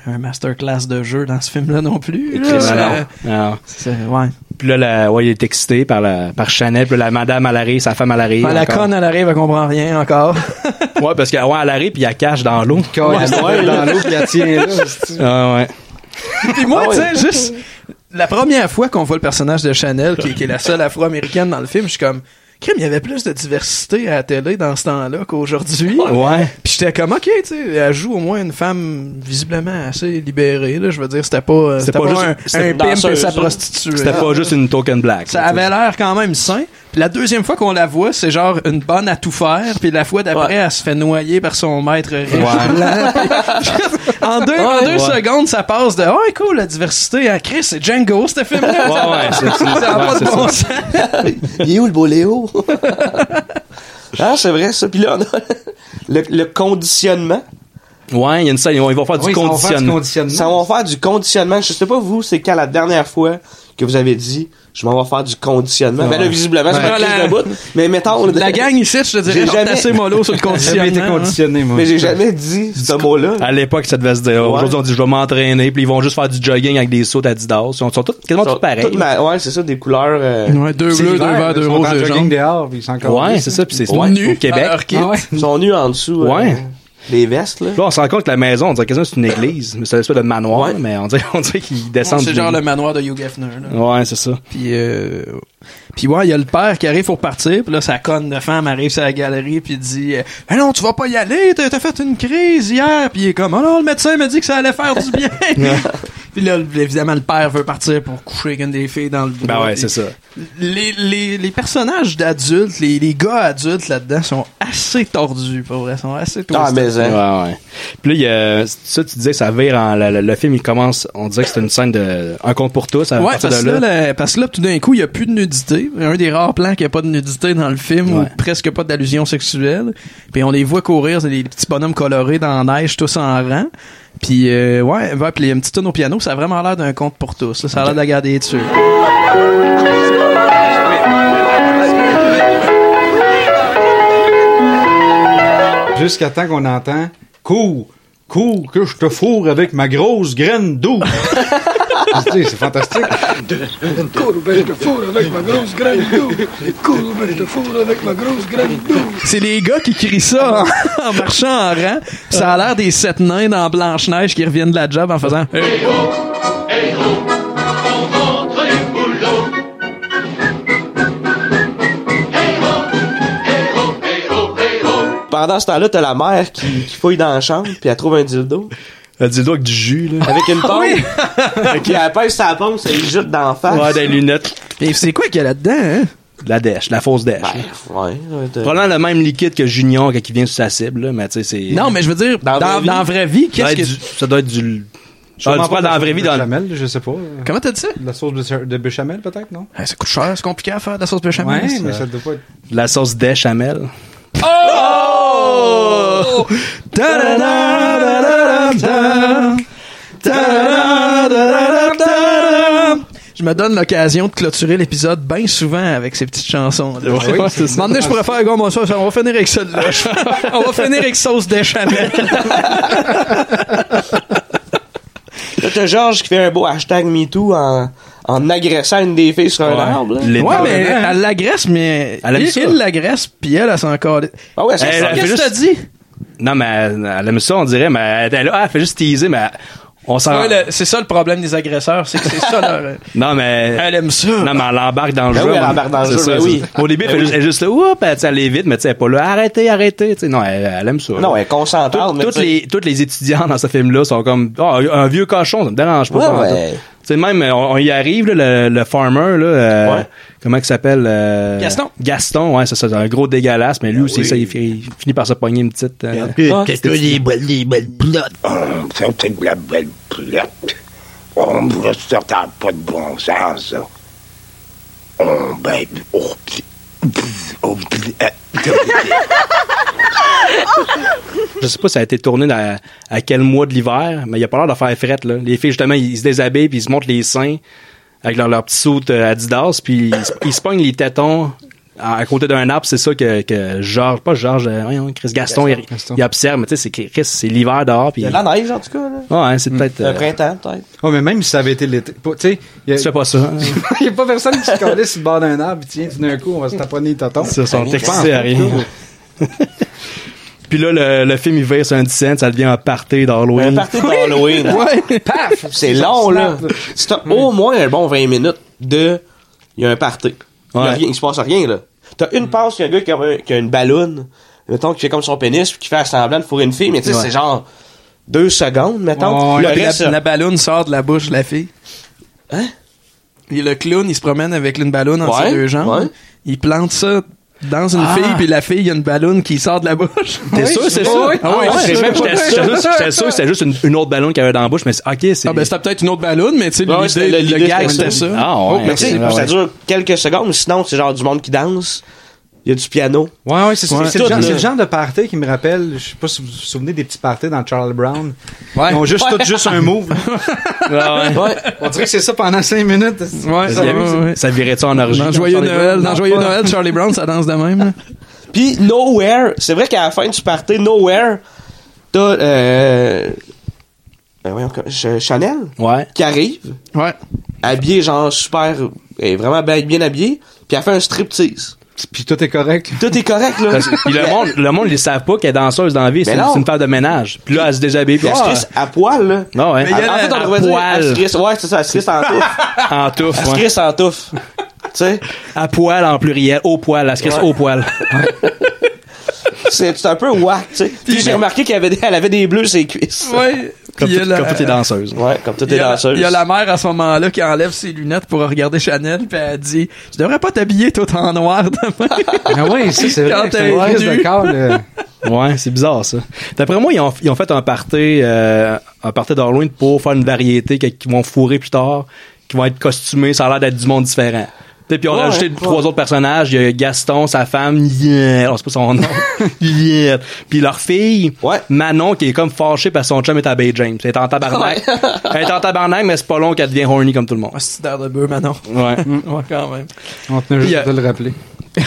euh, un masterclass de jeu dans ce film-là non plus. là. Non, Ça- euh, non, non. C'est- ouais. Ah. Puis là, la- ouais, il est excité par, la, par Chanel. Puis là, la madame, elle arrive, sa femme, elle arrive. Ah, la encore. conne, elle arrive, elle comprend rien encore. Ouais, parce qu'elle ouais, elle arrive, puis elle cache dans l'eau. Cache dans l'eau, puis elle tient là, Ah, ouais. Puis moi, Ah tu ouais. sais, juste la première fois qu'on voit le personnage de Chanel, qui, qui est la seule afro-américaine dans le film, je suis comme. Crime, il y avait plus de diversité à la télé dans ce temps-là qu'aujourd'hui. Ouais. Puis j'étais comme, ok, tu sais, elle joue au moins une femme visiblement assez libérée, là. Je veux dire, c'était pas, euh, c'était pas, un, c'était- un pimp et danseuse, sa là. prostituée. C'était pas juste une token black. Ça avait l'air quand même sain. Puis la deuxième fois qu'on la voit, c'est genre une bonne à tout faire. Puis la fois d'après, elle se fait noyer par son maître riche Ouais. blanc. Puis- en deux, en deux Ouais. secondes, ça passe de « Ouais, cool, la diversité. à Chris, c'est Django, ce film-là. Ouais, ouais, c'est- c'est- ça a ouais, pas de c'est bon ça. sens. Il est où le beau Léo? ah, c'est vrai, ça. Puis là, on a le, le conditionnement. Ouais, il y a une scène, ils vont ils vont faire du conditionnement. Ça va faire du conditionnement. Je sais pas, vous, c'est quand la dernière fois que vous avez dit, je m'en vais faire du conditionnement. Ben là, Ouais. visiblement, c'est Ouais. pas La- la... de bout. Mais mettons, La gang ici, je te dirais, J'ai genre, jamais- assez mollo sur le conditionnement. hein. Mais j'ai jamais dit ce mot-là. À l'époque, ça devait se dire. Aujourd'hui, on dit je vais m'entraîner, puis ils vont juste faire du jogging avec des sauts Adidas. Ils sont, sont tous, quasiment tous pareils. Toutes ma- Ouais, c'est ça, des couleurs. euh, hein. C'est l'hiver, là, ils sont en jogging dehors, puis ils sont encore Ouais, nus. c'est ça, puis c'est Ouais. ouais, au Québec. Ah ouais. Ils sont nus en dessous. euh, Ouais. des vestes, là. Là, on se rend compte que la maison, on dirait quasiment que c'est une église. Mais c'est une espèce de manoir, mais on dirait, on dirait qu'ils descendent. C'est du- genre le manoir de Hugh Hefner. là. Ouais, c'est ça. Puis, euh, puis ouais, il y a le père qui arrive pour partir, puis là, sa conne de femme arrive sur la galerie, puis dit euh, Ah non, tu vas pas y aller, t'as t'as fait une crise hier. » Puis il est comme « Oh non, le médecin m'a dit que ça allait faire du bien. » Puis là, évidemment, le père veut partir pour coucher avec une des filles dans le bois. Ben ouais, Puis c'est ça. Les, les, les personnages d'adultes, les, les gars adultes là-dedans sont assez tordus, pour vrai, sont assez Ah, tordus. Ouais, ouais. Puis là, il y a, ça, tu disais que ça vire en, le, le- le film, il commence, on dirait que c'est une scène de, un compte pour tous à Ouais, partir parce, de que là, la- parce que là, tout d'un coup, il n'y a plus de nudité. Un des rares plans qu'il n'y a pas de nudité dans le film, ou presque pas d'allusion sexuelle. Puis on les voit courir, c'est des petits bonhommes colorés dans la neige, tous en rang. Puis, euh, ouais, ouais, puis il y a une petite tonne au piano, ça a vraiment l'air d'un conte pour tous. là. Ça a l'air de la garder dessus. Jusqu'à temps qu'on entend Cours, cours, que je te fourre avec ma grosse graine d'eau. Excusez, c'est Ah, fantastique. Courbet de four avec ma grosse graine douce. Courbet de four avec ma grosse graine douce. C'est les gars qui crient ça en, en marchant en rang. Ça a l'air des sept nains dans Blanche-Neige qui reviennent de la job en faisant Hey! Pendant ce temps-là, t'as la mère qui, qui fouille dans la chambre, puis elle trouve un dildo. Un dildo Euh, avec du jus, là. Ah Avec une pompe. Puis elle pèse sa pompe, ça lui jute dans la Ah face. Ouais, des lunettes. Et c'est quoi qu'il y a là-dedans, hein? De la dèche, de la fausse dèche. là. Ouais, Ben, ouais, t'as- Probablement le même liquide que Junior quand il vient sur sa cible, là, mais tu sais, c'est. Non, mais je veux dire, dans, dans la vraie vie, Ça doit qu'est-ce que. être du- Ça doit être du. Je Ah, comprends tu parles pas dans la vraie vie, de dans béchamel, je sais pas. Comment t'as dit ça? La sauce de, de béchamel, peut-être, non? Ah, ça coûte cher, c'est compliqué à faire de la sauce Ah, béchamel. Ouais, ça. mais ça doit pas être... la sauce béchamel. Oh! Ta-da-da-da-da-da-da. Ta-da-da-da-da-da-da. Je me donne l'occasion de clôturer l'épisode bien souvent avec ces petites chansons. Ouais, oui, c'est ça. Maintenant, je pourrais faire comme ça. On va finir avec ça. là. On va finir avec sauce déchamel. Là, t'as Georges qui fait un beau hashtag MeToo en, en agressant une des filles sur un Ouais. arbre. là. Les- Ouais, mais euh, hein? elle l'agresse, mais Elle aime il, ça. il l'agresse, puis elle, elle s'en calisse. Ah ouais, c'est Elle- ça. elle fait Qu'est-ce que juste- t'as dit? Non, mais elle elle aime ça, on dirait, mais elle, elle- elle fait juste teaser, mais elle- on s'en. Ouais, le- c'est ça le problème des agresseurs, c'est que c'est ça leur... Non, mais. Elle aime ça. Non, mais elle embarque dans le Ben jeu. oui, elle moi. embarque dans le C'est jeu, ça, ben c'est oui. ça. Au début, elle fait Ben juste- oui. elle est juste là, oups, elle, tu sais, elle est vite, mais tu sais, elle est pas là, arrêtez, arrêtez. Tu sais, non, elle, elle aime ça. Non, là. elle est consentante, Tout- mais toutes, tu sais- les, toutes les étudiants dans ce film-là sont comme, Ah, un vieux cochon, ça me dérange pas. Ouais, pas en ouais. tout. Tu sais, même, on, on y arrive, là, le, le farmer, là, euh, Ouais. comment il s'appelle? euh, Gaston. Gaston, ouais, c'est ça, c'est un gros dégueulasse, mais lui Ben aussi, ça, il, fi- il finit par se pogner une petite... euh, Hum, Ça, c'est de la belle plate. On va sortir pas de bon sens, ça. On ben, oh, pis, pff, oh, pis, euh, Je sais pas si ça a été tourné dans- à quel mois de l'hiver, mais il a pas l'air de faire frette. Là. Les filles, justement, ils se déshabillent puis ils se montrent les seins avec leur, leur petit soute euh, Adidas, puis ils, se- ils se pognent les tétons à, à côté d'un arbre. C'est ça que, que Georges, pas Georges, euh, voyons, Chris Gaston, il, il observe. Mais tu sais, c'est que- Chris, c'est l'hiver dehors. Puis, Il y a de la neige, en tout cas. Là. Ah, hein, c'est Hmm. peut-être. Le euh, printemps, peut-être. Oh, mais même si ça avait été l'été... pas- Tu sais, il y a- tu fais pas ça. hein. Il n'y a pas personne qui se collait sur le bord d'un arbre, puis tiens, tout d'un coup, on va se taponner les tontons. Ils Je sont pense. excès à rien. Puis là, le, le film, il vire sur un 10 cents, ça devient un party Un d'Halloween. party d'Halloween. hein. Ouais. Paf! C'est long, là. C'est un- au moins un bon 20 minutes de. Il y a un party. Il, y a Ouais. rien, il se passe rien, là. T'as une passe, il y a un gars qui a, un- qui a une ballonne, mettons, qui fait comme son pénis, puis qui fait semblant de fourrer une fille, mais tu sais, Ouais. c'est genre deux secondes, mettons. Ouais, le ouais, reste, la, la balloune sort de la bouche de la fille. Hein? Et le clown, il se promène avec une balloune entre Ouais, ses deux jambes. ouais. Il plante ça dans une Ah. fille, puis la fille, il y a une balloune qui sort de la bouche. T'es sûr, c'est ça? Oui. Ah ouais, Ah ouais, j'étais c'est même- sûr. j'étais- j'étais sûr- j'étais sûr que c'était juste une, une autre ballon qu'il y avait dans la bouche, mais c'est- ok, c'est. Ah, ben c'était peut-être une autre balloune, mais tu sais, Ouais, ouais, l'idée, c'était- le l'idée, gag, c'était c'était ça. ça. Ah, ouais. Oh, Mais tu sais, merci. Ouais, ça ouais. dure quelques secondes, sinon c'est genre du monde qui danse, il y a du piano. Ouais, ouais, c'est Ouais. c'est- c'est le, Tout, genre- là. c'est le genre de party qui me rappelle, je sais pas si vous vous souvenez des petits parties dans Charles Brown. Ouais. Ils ont juste Ouais. tout juste un move. Ah, ouais. Ouais. On dirait que c'est ça pendant 5 minutes. Ouais, Ça, ouais, ouais. ça virait-tu en orgie? Dans Joyeux Ah, Charlie Noël, dans Non, Joyeux pas. Noël, Charlie Brown, ça danse de même. là. Puis Nowhere, c'est vrai qu'à la fin du party, Nowhere, t'as euh, ben voyons, Ch- Chanel Ouais. qui arrive, Ouais. habillée genre super, elle est vraiment bien, bien habillée, puis elle fait un striptease. Puis tout est correct. Tout est correct là. Parce que- puis le monde, le monde, ils savent pas qu'elle est danseuse dans la vie. C'est Mais une, non. c'est une femme de ménage. Puis là, elle se déshabille. Puis Elle se crisse à poil là. Non, ouais. Mais il y a En la- fait, on à devrait dire, poil. elle se crisse- ouais, c'est ça, elle se crisse en touffe. En touffe, Elle se ouais. crisse en touffe. tu sais, À poil en pluriel. Au poil. Elle se crisse Ouais. au poil. c'est c'est un peu whack, tu sais. Puis j'ai remarqué qu'elle avait, des- elle avait des bleus sur ses cuisses. Ouais. Comme, Puis il y a tout- la- comme toutes les danseuses. Ouais, comme tout Il est y a- danseuse. Il y a la mère à ce moment-là qui enlève ses lunettes pour regarder Chanel, puis elle dit Tu devrais pas t'habiller tout en noir demain. Ah ouais, ça, c'est Quand vrai. C'est t'es une crise nu. de corps, là. Ouais, c'est bizarre ça. D'après moi, ils ont, ils ont fait un party, euh, un party d'Halloween pour faire une variété que- qu'ils vont fourrer plus tard, qui vont être costumés, ça a l'air d'être du monde différent. Puis, puis on a Ouais, ajouté ouais. trois autres personnages, il y a Gaston, sa femme, yeah, on sait pas son nom, yeah. Puis leur fille, Ouais. Manon, qui est comme fâchée parce que son chum est à Bay James. Elle est en tabarnak. Ouais. Elle est en tabarnak, mais c'est pas long qu'elle devient horny comme tout le monde. Mm. Ah, c'est d'air de bœuf, Manon. Ouais. Ouais, quand même. On Il tenait y juste a- à te le rappeler. Puis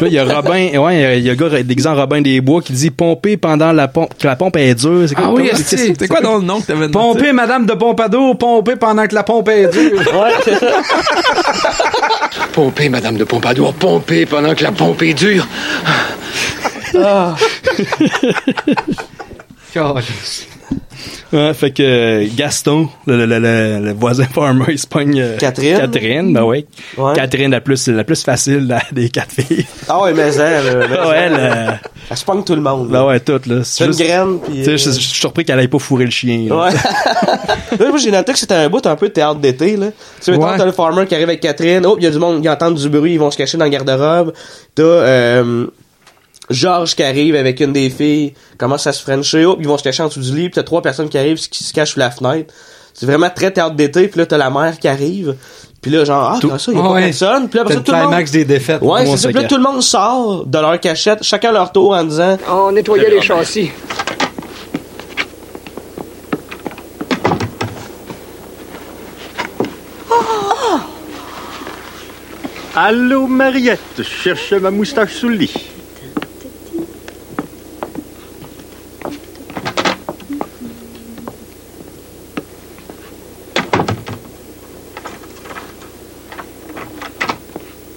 là, il y a Robin, ouais, il y a le gars déguisé en Robin des Bois qui dit pomper pendant la pompe, que la pompe est dure. C'est quoi- Ah oui, comment- c'est- c'est quoi dans le nom que t'avais noté? Pomper Madame de Pompadour, pomper pendant que la pompe est dure. Pomper, Madame de Pompadour, pomper pendant que la pompe est dure. Ouais, fait que euh, Gaston, le, le- le- le voisin farmer, il se pogne. euh, Catherine. Catherine, ben oui. Catherine, la plus, la plus facile là, des quatre filles. Ah ouais, mais elle. euh, mais Ah, elle, euh, elle se pogne tout le monde. là. Ben ouais, toutes, là. C'est Fais une juste- graine, puis, Tu sais, euh, je je suis surpris qu'elle aille pas fourrer le chien. là. Ouais. là, moi, j'ai noté que c'était un bout un peu de théâtre d'été, là. Tu sais, mettons, Ouais. t'as le farmer qui arrive avec Catherine. Oh, il y a du monde, ils entendent du bruit, ils vont se cacher dans le garde-robe. T'as, euh, Georges qui arrive avec une des filles, commence à se frencher. Oh, ils vont se cacher en dessous du lit. Puis t'as trois personnes qui arrivent, qui se cachent sous la fenêtre. C'est vraiment très théâtre d'été. Puis là, t'as la mère qui arrive. Puis là, genre, ah, Tout- comme ça, il y a Ah pas ouais. personne. Puis là, après C'est ça, le tout le monde... climax des défaites. Ouais, Tout le c'est monde ça. se Puis là, cache. tout le monde sort de leur cachette, chacun à leur tour en disant... On nettoyait les châssis. Allô, Mariette, je cherchais ma moustache sous le lit.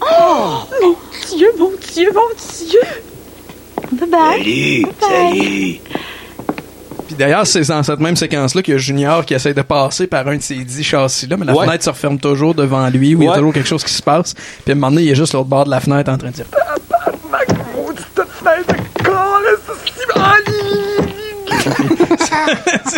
Oh Mon Dieu, mon Dieu, mon Dieu Bye bye Salut, salut Puis d'ailleurs, c'est dans cette même séquence-là qu'il y a Junior qui essaie de passer par un de ces dix châssis-là, mais la Ouais. fenêtre se referme toujours devant lui, où il y a Ouais. toujours quelque chose qui se passe. Puis à un moment donné, il est juste l'autre bord de la fenêtre en train de dire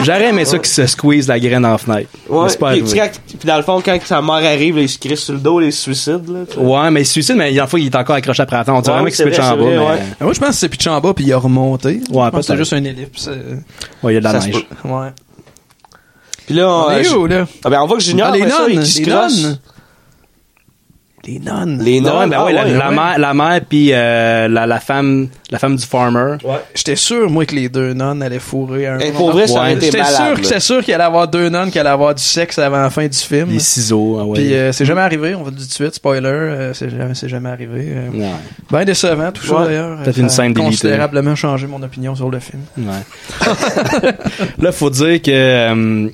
J'aurais aimé ça qu'il se squeeze la graine en fenêtre. Ouais, Mais c'est pas puis, arrivé. tu sais, quand- puis dans le fond, quand sa mère arrive, là, il se crie sur le dos, les suicides. Là, tu sais. Ouais, mais il se suicide, mais la fois, il est encore accroché après la tente. On dirait Ouais, vraiment oui, qu'il c'est se pitche vrai, en bas. c'est vrai, mais- ouais. Ah, Moi, je pense que c'est pitché en bas, puis il a remonté. Je pense que c'est peut-être. juste un ellipse. euh, Ouais, il y a de la ça se neige. peut. Ouais. Puis là, on, On est où, là? Ah, ben, on voit que Junior, Ah, les après ça, il- nonnes, il se les crosse. nonnes. Les nonnes. Les Non, nonnes, ben ah ouais, la, ouais, la ouais. mère, la mère puis euh, la, la femme, la femme du farmer. J'étais sûr, moi, que les deux nonnes allaient fourrer un Eh, moment. pour vrai, ça aurait été J'étais malade, sûr là. que c'est sûr qu'il allait avoir deux nonnes qui allaient avoir du sexe avant la fin du film. Les ciseaux, ah ouais. Puis euh, c'est jamais arrivé, on va le dire tout de suite, spoiler, euh, c'est jamais, c'est jamais arrivé. euh. Ouais. Ben décevant, tout ça Ouais. d'ailleurs. Peut-être Ça une a scène délitée. considérablement changé mon opinion sur le film. Ouais. Là, faut dire que euh,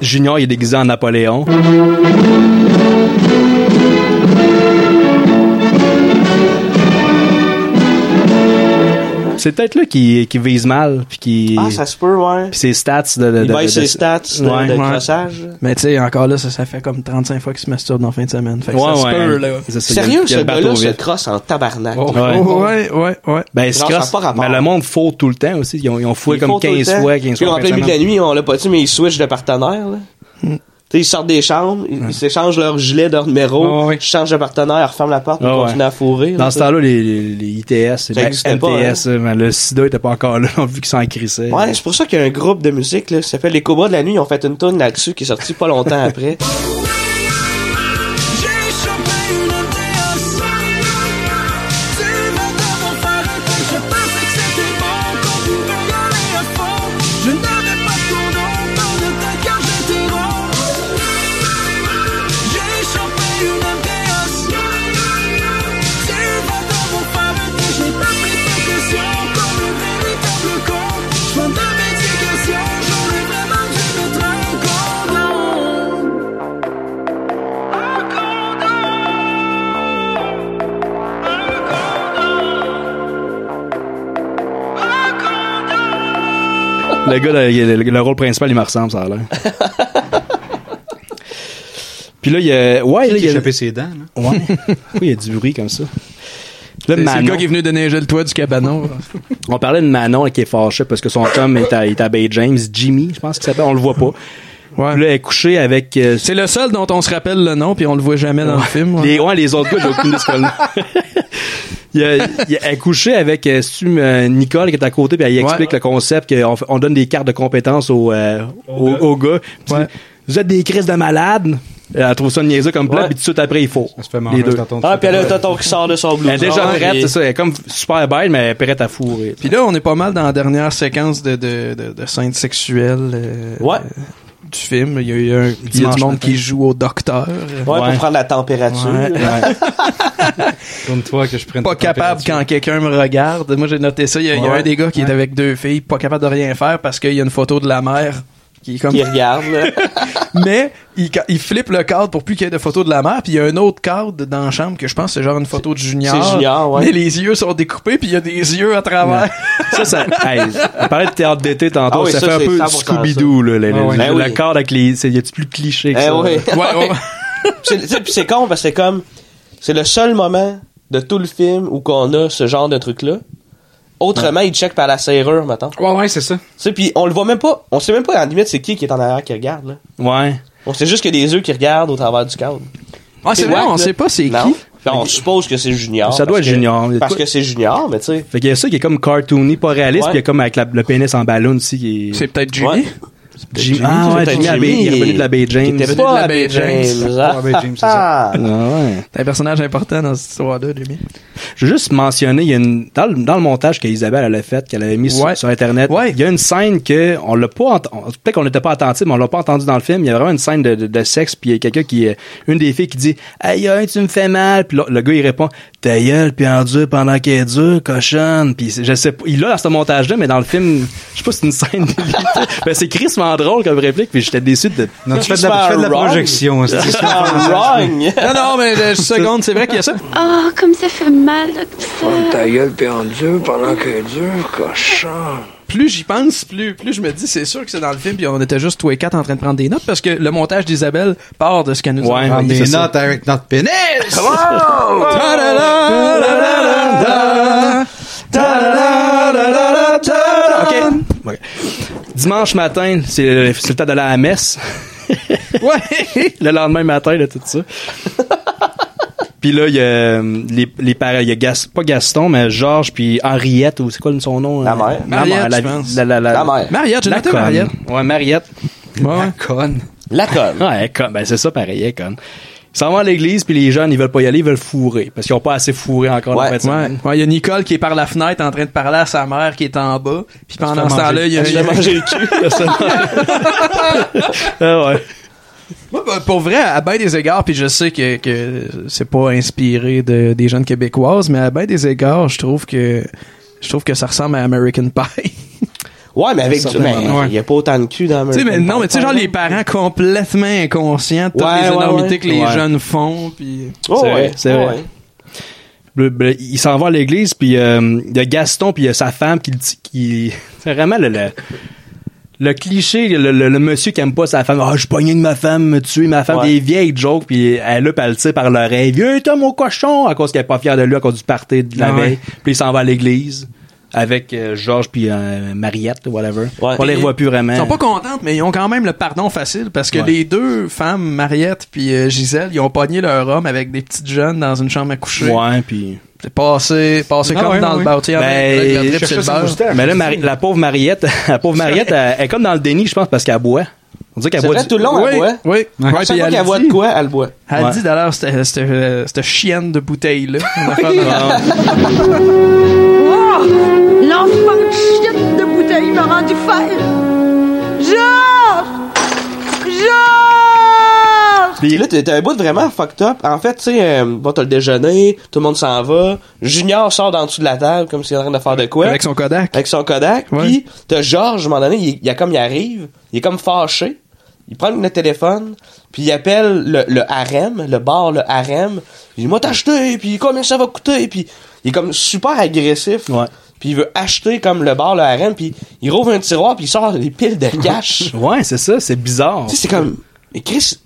Junior, il est déguisé en Napoléon. C'est peut-être là qu'il qu'il vise mal, puis qu'il- Ah, ça se peut, ouais. puis ses stats de, de- Il de- baisse de- ses stats de- Ouais. de Ouais. crossage. Mais tu sais, encore là, ça, ça fait comme 35 fois qu'il se masturbe dans la fin de semaine. Fait que Ouais, ça se ouais. peut, là. C'est ça, il y a- Sérieux, il y a ce le bateau gars-là se vide. crosse en tabarnak. Oh, Ouais. oh, ouais, ouais, ouais. Ben, c'est Genre, ça a crosse- pas rapport. mais le monde faut tout le temps aussi. Ils ont, ils ont fourré comme 15 fois, 15 fois. En plein milieu de la nuit, on l'a pas dit, mais ils switchent de partenaire. Là. Hmm. Tu sais, ils sortent des chambres, ils ils s'échangent leur gilet, leur numéro, ils changent de partenaire, ils referment la porte, ils Ah ouais. continuent à fourrer. Dans ce temps-là, les, les- les ITS, les existait MTS, pas, hein. euh, mais le sida était pas encore là, on a vu qu'ils s'en crissait. Ouais, c'est pour ça qu'il y a un groupe de musique là, qui s'appelle Les Cobras de la Nuit. Ils ont fait une tune là-dessus qui est sortie pas longtemps après. Je n'avais pas ton nom dans le tas car j'étais rond. J'ai chopé une MTS. Tu vas dans mon phare et j'ai pas pris tes questions comme le véritable con. Je m'en avais dit question, j'en ai vraiment dû mettre un condom. Un condom. Un condom. Un condom. Le gars, le, le- le rôle principal, il me ressemble, ça a l'air. Puis là, il y a. Ouais, Qui là, qui il y a. a échappé ses dents, hein? là? Ouais. Oui, il y a du bruit comme ça. Là, C'est c'est le Manon- gars qui est venu déneiger le toit du cabanon. On parlait de Manon là, qui est fâchée parce que son chum est à, est à Bay James, Jimmy, je pense qu'il s'appelle, on le voit pas. Puis là, elle est couchée avec. euh, C'est le seul dont on se rappelle le nom, puis on le voit jamais dans le film. ouais. Les, ouais, les autres gars, j'ai aucune idée de ce qu'on a. Il a, il a- elle est couchée avec euh, c'est-tu, euh, Nicole qui est à côté, puis elle y explique le concept qu'on fait- on donne des cartes de compétences aux, euh, aux, aux gars. Puis tu dis, Vous êtes des crises de malades. Elle trouve ça niaiseux comme plat, Ouais. puis tout de suite après, il faut. manger les deux. le tonton Ah, puis elle a un tonton qui sort de son blouson. Elle est déjà Ah, prête, et- c'est ça. Elle est comme super belle, mais elle est prête à fourrer. Puis là, on est pas mal dans la dernière séquence de, de, de, de scène sexuelle. euh, Ouais. du film. Il y a, eu un, il y a Dimanche du monde matin. qui joue au docteur. euh, Ouais, pour prendre la température. Ouais, ouais. Comme toi que je prenne Pas capable quand quelqu'un me regarde. Moi, j'ai noté ça. Il y a, il y a Ouais, un des gars qui est avec deux filles, pas capable de rien faire parce qu'il y a une photo de la mère qui est comme. Qui regarde, là. Mais il, ca- il flippe le cadre pour plus qu'il y ait de photos de la mère. Puis il y a un autre cadre dans la chambre que je pense c'est genre une photo de Junior. c'est Junior, ouais. Mais les yeux sont découpés puis il y a des yeux à travers. Ça, ça. hey, on parlait de théâtre d'été tantôt, Ah oui, ça, ça, fait un c'est peu 100% Scooby-Doo, ça. là. le- Ah le- oui. le- Ben Le oui. cadre avec les. c'est- Y a-tu plus cliché que Eh ça? ouais. là? c'est, tu sais, puis c'est con parce que c'est comme c'est le seul moment de tout le film où qu'on a ce genre de truc là. Autrement, il check par la serrure, maintenant. Ouais, ouais, c'est ça. Tu sais, puis on le voit même pas. On sait même pas, en limite, c'est qui qui est en arrière qui regarde, là. Ouais. On sait juste qu'il y a des yeux qui regardent au travers du cadre. Ah, c'est vrai, wack, on là. sait pas c'est qui. Non. Puis on suppose que c'est Junior. Ça doit parce être que- Junior. Il y a Parce quoi- que c'est Junior, mais tu sais. Fait qu'il y a ça qui est comme cartoony, pas réaliste, Ouais. puis il y a comme avec la- le pénis en ballon aussi. qui est- C'est peut-être Jimmy. Jimmy. Ah ouais, Jimmy, Abbey, il est revenu de la Bay James. Il était revenu de la Bay James. Ah ouais. T'es un personnage important dans cette histoire-là, Jimmy. Je veux juste mentionner, il y a une, dans, le, dans le montage qu'Isabelle a fait, qu'elle avait mis sur- Ouais. sur, Internet, il y a une scène que on l'a pas, ent- on- peut-être qu'on n'était pas attentif, mais on l'a pas entendu dans le film. Il y a vraiment une scène de, de- de sexe, puis il y a quelqu'un qui, euh, une des filles qui dit, aïe, aïe, tu me fais mal, puis l'autre- le gars il répond, ta gueule, puis en dure pendant qu'elle est dure, cochonne, puis c'est- je sais pas, il l'a dans ce montage-là, mais dans le film, je sais pas si c'est une scène délitée. Ben, c'est crissement drôle comme réplique, puis j'étais déçu de. Non, tu fais de la- tu fais de la projection, hein, c'est- c'est- Ah, Wrong. Non, non, mais euh, je seconde, c'est vrai qu'il y a ça. Oh, comme ça fait mal, comme ça. Ferme ta gueule puis en dure pendant que dure, cochon. Plus j'y pense, plus, plus je me dis, c'est sûr que c'est dans le film, puis on était juste tous les quatre en train de prendre des notes, parce que le montage d'Isabelle part de ce qu'elle nous a prends envoyé, des c'est ça. notes avec notre pénis. Euh, Ok. Dimanche matin, c'est le, c'est le temps d'aller à la messe. ouais. Le lendemain matin, là, tout ça. puis là, il y a euh, les, les parents, il y a Gas- pas Gaston, mais Georges, puis Henriette, ou c'est quoi son nom? euh? La mère. Mariette, la, je pense. la, la, la, La mère. Mariette, j'ai la noté conne. Mariette. Ouais, Mariette. La conne. La conne. ouais, elle conne. Ben, c'est ça, pareil, elle est conne. Ils s'en vont à l'église, puis les jeunes, ils veulent pas y aller, ils veulent fourrer. Parce qu'ils ont pas assez fourré encore la fin de Ouais, semaine. ouais. Ouais, il y a Nicole qui est par la fenêtre en train de parler à sa mère qui est en bas. Puis pendant fait ce temps-là, manger. il y a Elle se fait manger le cul. Elle se fait Ah ouais. Moi, ben, pour vrai, à bien des égards, puis je sais que, que c'est pas inspiré de, des jeunes québécoises, mais à bien des égards, je trouve que je trouve que ça ressemble à American Pie. Ouais, mais avec du. Certainement. Mais il y a pas autant de cul dans Tu sais, mais American non, Pie. hein. mais tu sais, genre les parents complètement inconscients de toutes Ouais, les ouais, énormités ouais. que les Ouais. jeunes font, puis. Oh, C'est vrai, ouais, c'est vrai. ouais. Le- le- il s'en va à l'église, puis euh, il y a Gaston, puis il y a sa femme qui... le dit- qui c'est vraiment le, le, le cliché, le, le- le monsieur qui aime pas sa femme. « Ah, je pognais de ma femme, tuer ma femme. Ouais. Des vieilles jokes, puis elle, là, puis elle le tire par l'oreille. « Vieux Tom au cochon! » à cause qu'elle est pas fière de lui, à cause du party de la Ah Ouais. veille. Puis il s'en va à l'église avec euh, Georges puis euh, Mariette, whatever. On les revoit plus vraiment. Ils sont pas contentes, mais ils ont quand même le pardon facile parce que Ouais. les deux femmes, Mariette puis euh, Gisèle, ils ont pogné leur homme avec des petites jeunes dans une chambre à coucher. Ouais, puis... C'est passé, passé Ah comme ouais, dans ouais. le bar. tu sais, avec la Ben, drip sur le beurre. Mais là, Mari- la pauvre Mariette, la pauvre Mariette, elle, elle est comme dans le déni, je pense, parce qu'elle boit. On dirait qu'elle C'est boit. vrai, du- tout le long, Oui, elle boit. Oui. À Ouais. chaque Puis fois elle qu'elle voit de dit- quoi, elle boit. Elle Ouais. dit d'ailleurs, c'était- c'était, euh, cette chienne de bouteille, là. Une affaire de- Oh! L'enfant de shit de bouteille m'a rendu folle! Georges! Georges! Puis là, t'as t'as un bout de vraiment fucked up. En fait, tu sais, euh, bon, t'as le déjeuner, tout le monde s'en va. Junior sort d'en dessous de la table comme s'il est en train de faire de quoi. Avec son Kodak. Avec son Kodak. Puis t'as Georges, à un moment donné, il, il a comme il arrive, il est comme fâché. Il prend le téléphone, puis il appelle le, le harem, le bar, le harem. Il dit, moi, t'as acheté, puis combien ça va coûter? Puis il est comme super agressif. Puis il veut acheter comme le bar, le harem, puis il rouvre un tiroir, puis il sort des piles de cash. ouais, c'est ça, c'est bizarre. Tu sais, c'est comme, mais Chris,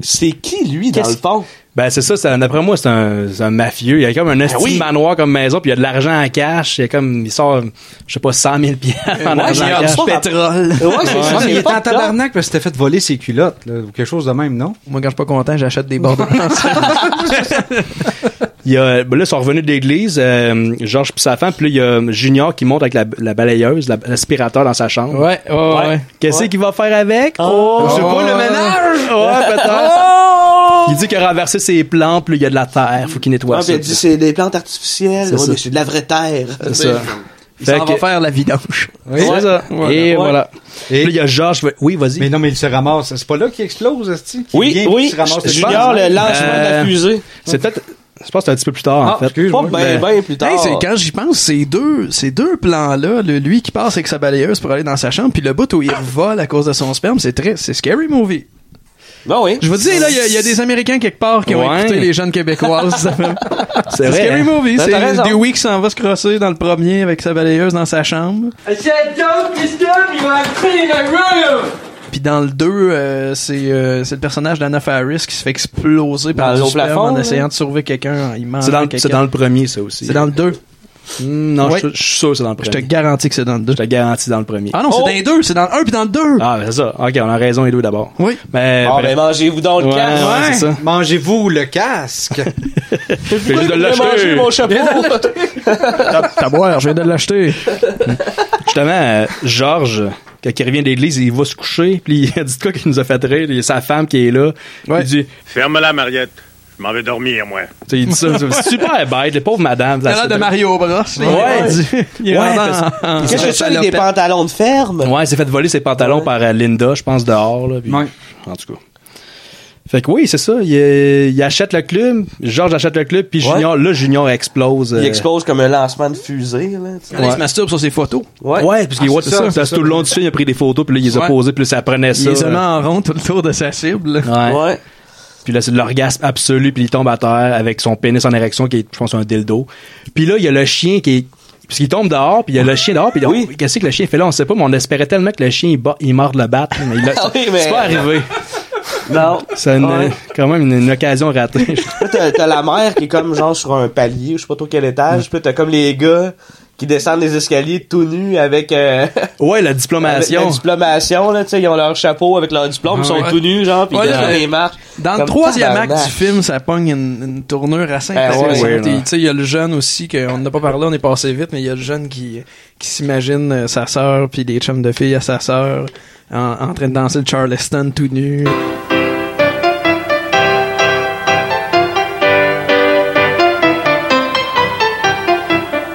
c'est qui, lui, dans Qu'est-ce- le fond? Ben, c'est ça, c'est un- d'après moi, c'est un, c'est un mafieux. Il y a comme un estime oui. manoir comme maison, puis il y a de l'argent en cash. Il y a comme, il sort, je sais pas, 100 000 piastres en argent en cash. pétrole. Ouais, c'est Ah, ça, Il c'est est pas en de plan. tabarnak parce que t'as fait voler ses culottes, là, ou quelque chose de même, non? Moi, quand je suis pas content, j'achète des bordeaux. Il y a, ben là, ils sont revenus de l'église, euh, Georges puis sa femme, puis là, il y a Junior qui monte avec la, la balayeuse, la- l'aspirateur dans sa chambre. Ouais, ouais, ouais. Qu'est-ce qu'il va faire avec? Ah. Oh, je sais pas, le ménage! Ouais, peut-être. Il dit qu'il a renversé ses plantes, puis là, il y a de la terre, faut qu'il nettoie Ah, ça. puis elle dit, c'est des plantes artificielles. C'est Ouais, ça. mais c'est de la vraie terre. C'est ça. Il s'en va faire la vidange. Oui, c'est ça. Et voilà. Et il y a Georges. Oui, vas-y. Mais non, mais il se ramasse. C'est pas là qu'il explose, Asti? Qu'il Oui, vient puis oui. qu'il se ramasse le Junior, cheval? le lancement de la fusée. C'est peut-être. Je pense que c'est un petit peu plus Ah, tard, Euh, en fait. Mais- Hey, c'est- quand j'y pense, ces deux, ces deux plans-là, le- lui qui passe avec sa balayeuse pour aller dans sa chambre, puis le bout où il revole à cause de son sperme, c'est très, c'est scary movie. Ben oui. Je vous dis, là, il y a- il y, a des Américains quelque part qui ont Ouais. écouté les jeunes Québécoises. Ça fait- C'est vrai, Scary hein. movie. T'as- t'as C'est raison. Dewey qui s'en va se crosser dans le premier avec sa balayeuse dans sa chambre. J'adore Christophe, il m'a clean the room! Puis dans le 2, c'est euh, c'est le personnage d'Anna Faris qui se fait exploser par Dans du le sperme plafond, en là. essayant de sauver quelqu'un. Il manque C'est dans, quelqu'un. c'est dans le premier, ça aussi. Hmm, C'est dans le 2. non, Ouais. je, je suis sûr que c'est dans le Je premier. te garantis que c'est dans le 2. Je te garantis dans le premier. Ah non, c'est dans les deux, c'est dans le 1 puis dans le 2. Ah, ben c'est ça. Ok, on a raison, Edo, d'abord. Oui. Mais, Ah, bref. ben mangez-vous dans le Ouais, casque. ouais, c'est ça. Mangez-vous le casque. J'ai juste de manger l'acheter. mon chapeau. Ta- ta boire, je viens de l'acheter. Justement, euh, Georges, quand il revient de l'église, il va se coucher, puis il a dit de quoi qui nous a fait rire. Il y a sa femme qui est là. Il dit, tu Ferme-la, Mariette. Je m'en vais dormir, moi. sais, il dit ça. c'est super bête, les pauvres madame. C'est l'air de Mario Bros. Ouais, il dit- il est Ouais, rendu parce- en- en- Qu'est-ce en que tu fais avec salopette. des pantalons de ferme. Ouais, il s'est fait voler ses pantalons par euh, Linda, je pense, dehors. Là, puis- En tout cas. Fait que oui, c'est ça. Il, euh, il achète le club. Georges achète le club, puis Ouais. Junior, là, Junior explose. Il euh, explose comme un lancement de fusée. Là, tu sais. Là, Il se masturbe sur ses photos. Ouais, parce qu'il voit tout ça. Parce que Tout le long du film, il a pris des photos, puis là, il les a Ouais. posées, puis là, ça prenait Il ça. est là. en rond tout le tour de sa cible. Ouais. Puis là, c'est de l'orgasme absolu, puis il tombe à terre avec son pénis en érection, qui est, je pense, un dildo. Puis là, il y a le chien qui est. Parce qu'il tombe dehors, puis il y a le chien dehors, puis là, oh, qu'est-ce que le chien fait là? On sait pas, mais on espérait tellement que le chien, il, bat- il morde le bat. Mais il l'a- Ah oui, mais- C'est pas arrivé. Non. C'est une- Ouais. quand même une, une occasion ratée. Là, t'as, t'as la mère qui est comme genre sur un palier, je sais pas trop quel Mm. étage. Puis là, t'as comme les gars qui descendent les escaliers tout nus avec. euh, ouais, la avec diplomation. Ah la diplomation, là, tu sais, ils ont leur chapeau avec leur diplôme, ils sont Ouais. tout nus, genre, puis Ouais, ils là, descendent euh, les marches. Dans le Comme troisième acte tabarnak. du film, ça pogne une, une tournure assez Ah ouais, intéressante. ouais, Et, ouais. tu sais, Il y a le jeune aussi, qu'on n'a pas parlé, on est passé vite, mais il y a le jeune qui, qui s'imagine euh, sa sœur, puis les chums de filles à sa sœur, en, en train de danser le Charleston tout nu.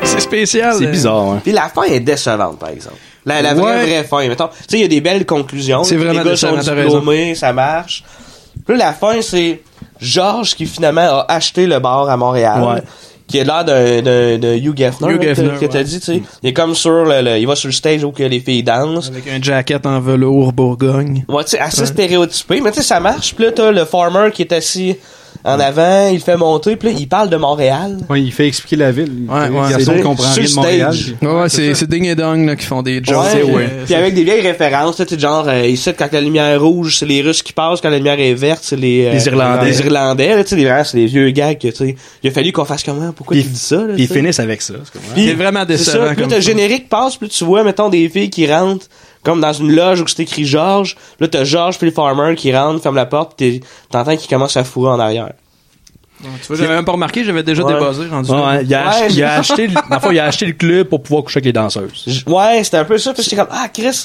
C'est spécial. euh, C'est bizarre, hein. Puis la fin est décevante, par exemple. La, la Ouais. vraie, vraie fin. Mettons, tu sais, il y a des belles conclusions. C'est vraiment Les gars décevant, sont t'as raison. diplômés, ça marche. Puis là, la fin, c'est Georges qui finalement a acheté le bar à Montréal. Ouais. Qui a l'air d'un, d'un, d'un Hugh Hugh Geffner. là, que- Hefner, que t'as ouais. dit, tu sais. Il est comme sur le, le- il va sur le stage où que les filles dansent. Avec un jacket en velours Bourgogne. Ouais, tu sais, assez Ouais. stéréotypé, mais tu sais, ça marche. Puis là, t'as le farmer qui est assis en avant, il le fait monter, puis là, il parle de Montréal. Ouais, il fait expliquer la ville. Ouais, ouais. Le garçon C'est- comprend sur rien de le Montréal. stage. puis- Ouais, ouais, c'est c'est Ding et Dong là, qui font des jokes. Ouais, euh, puis- Puis avec des vieilles références, là, tu sais, genre, euh, ici, quand la lumière est rouge, c'est les Russes qui passent, quand la lumière est verte, c'est les, euh, Les Irlandais. Les Irlandais, là, tu sais, les- vraiment, c'est les vieux gars que, tu sais, il a fallu qu'on fasse comment, pourquoi Puis- tu dis ça, là, puis tu ils sais? finissent avec ça. c'est comme, Puis, C'est vraiment c'est décevant ça, plus comme le ça. générique passe, plus tu vois, mettons, des filles qui rentrent, comme dans une loge où c'est écrit Georges, puis là, t'as Georges puis le farmer qui rentre, ferme la porte, pis t'es- t'entends qu'ils commencent à fourrer en arrière. Tu vois, j'avais même pas remarqué, j'avais déjà Ouais. débasé rendu Ouais, là. ouais, il, a Ouais, acheté, il j'ai- a acheté le, dans le fond, il a acheté le club pour pouvoir coucher avec les danseuses. J- Ouais, c'était un peu ça, puis j'étais comme, ah, Chris,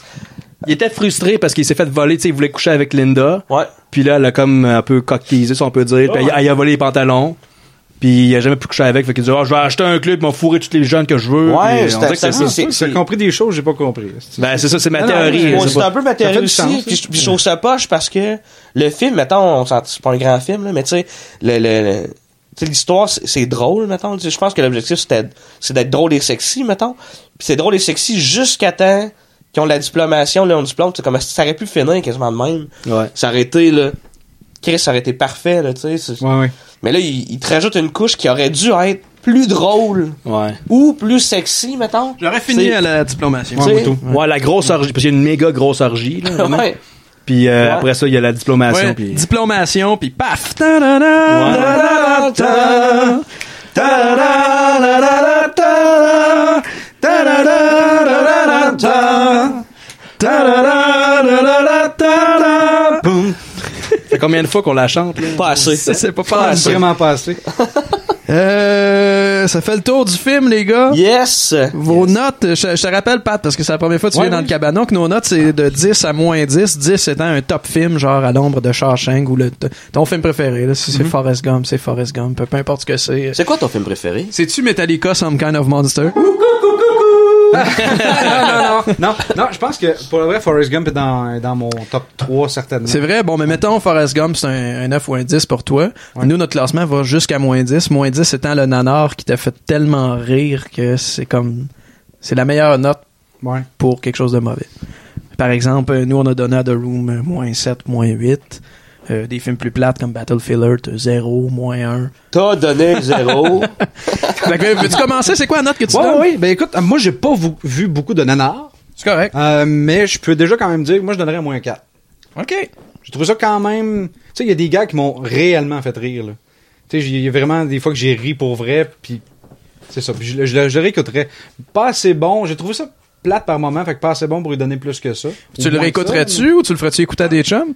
Il était frustré parce qu'il s'est fait voler, tu sais, il voulait coucher avec Linda. Ouais. Puis là, elle a comme un peu cockteasé, si on peut dire. Puis elle, elle a volé les pantalons. Puis il a jamais pu coucher avec. Fait qu'il dit, Ah, je vais acheter un club, m'en fourrer toutes les jeunes que je veux. Ouais, Puis on c'était- dirait que ça- c'est ça. c'est- T'as c'est- compris des choses, j'ai pas compris. Ben, c'est ça, c'est ma Non, non, théorie. ouais, je sais c'est pas. un peu Ça ma fait théorie du aussi. sens, puis ça. je- puis je trouve ça poche parce que le film, mettons, on s'en- c'est pas un grand film, là, mais tu sais, le, le- le- tu sais, l'histoire, c'est c'est drôle, mettons. Tu sais, Je pense que l'objectif, c'était c'est d'être drôle et sexy, mettons. Puis c'est drôle et sexy jusqu'à temps qu'ils ont la diplomation, là, on diplôme. tu sais, Comme, ça aurait pu finir quasiment de même. Ouais. Ça aurait été, là, Chris, ça aurait été parfait, là, tu sais. c'est- Ouais, ouais. Mais là, il, il te rajoute une couche qui aurait dû être plus drôle Ouais. ou plus sexy, mettons. J'aurais fini hein, C'est- à la diplomation. Ouais, Ouais. Ouais, la grosse orgie. Parce qu'il y a une méga grosse orgie, là. vraiment. Ouais. Puis euh, Ouais. après ça, il y a la diplomation. Ouais, Puis... diplomation, puis paf! Ta-da-da, ta-da-da, ta. Ta-da-da, ta-da-da, ta-da-da, ta. Ta-da-da, ta-da-da. Boum. Fait combien de fois qu'on la chante, là? Pas assez. Ça, c'est pas Ah, passé. vraiment pas assez. Euh, ça fait le tour du film, les gars. Yes! Vos notes, je, je te rappelle, Pat, parce que c'est la première fois que tu Ouais, viens dans le oui. cabanon, que nos notes, c'est de 10 à moins 10. 10 étant un top film, genre à l'ombre de Shawshank ou le, t- ton film préféré. Là, si c'est Forrest Gump, c'est Forrest Gump, peu peu importe ce que Mm-hmm. c'est. C'est quoi ton film préféré? C'est-tu Metallica, Some Kind of Monster? Coucou, coucou, coucou! non, non, non. Non, je pense que pour le vrai, Forrest Gump est dans, est dans mon top 3 certainement. C'est vrai, bon, mais mettons Forrest Gump, c'est un, un 9 ou un 10 pour toi. Nous, notre classement va jusqu'à moins 10. Moins 10 étant le nanar qui t'a fait tellement rire que c'est comme. C'est la meilleure note pour quelque chose de mauvais. Par exemple, euh, nous, on a donné à The Room euh, moins 7, moins 8. Euh, des films plus plates comme Battlefield Earth, 0, moins 1. T'as donné zéro. Fait que, veux-tu commencer? C'est quoi la note que tu Ouais, donnes? Oui, ben écoute, euh, moi, j'ai pas vou- vu beaucoup de nanars. euh, C'est correct. mais je peux déjà quand même dire que moi, je donnerais moins 4. OK. J'ai trouvé ça quand même... Tu sais, il y a des gars qui m'ont réellement fait rire, là. Tu sais, il y a vraiment des fois que j'ai ri pour vrai, puis c'est ça. Puis je, le- je le- je le réécouterais. Pas assez bon. J'ai trouvé ça plate par moment, fait que pas assez bon pour lui donner plus que ça. Puis Tu le réécouterais-tu ou tu le ferais-tu écouter à des chums?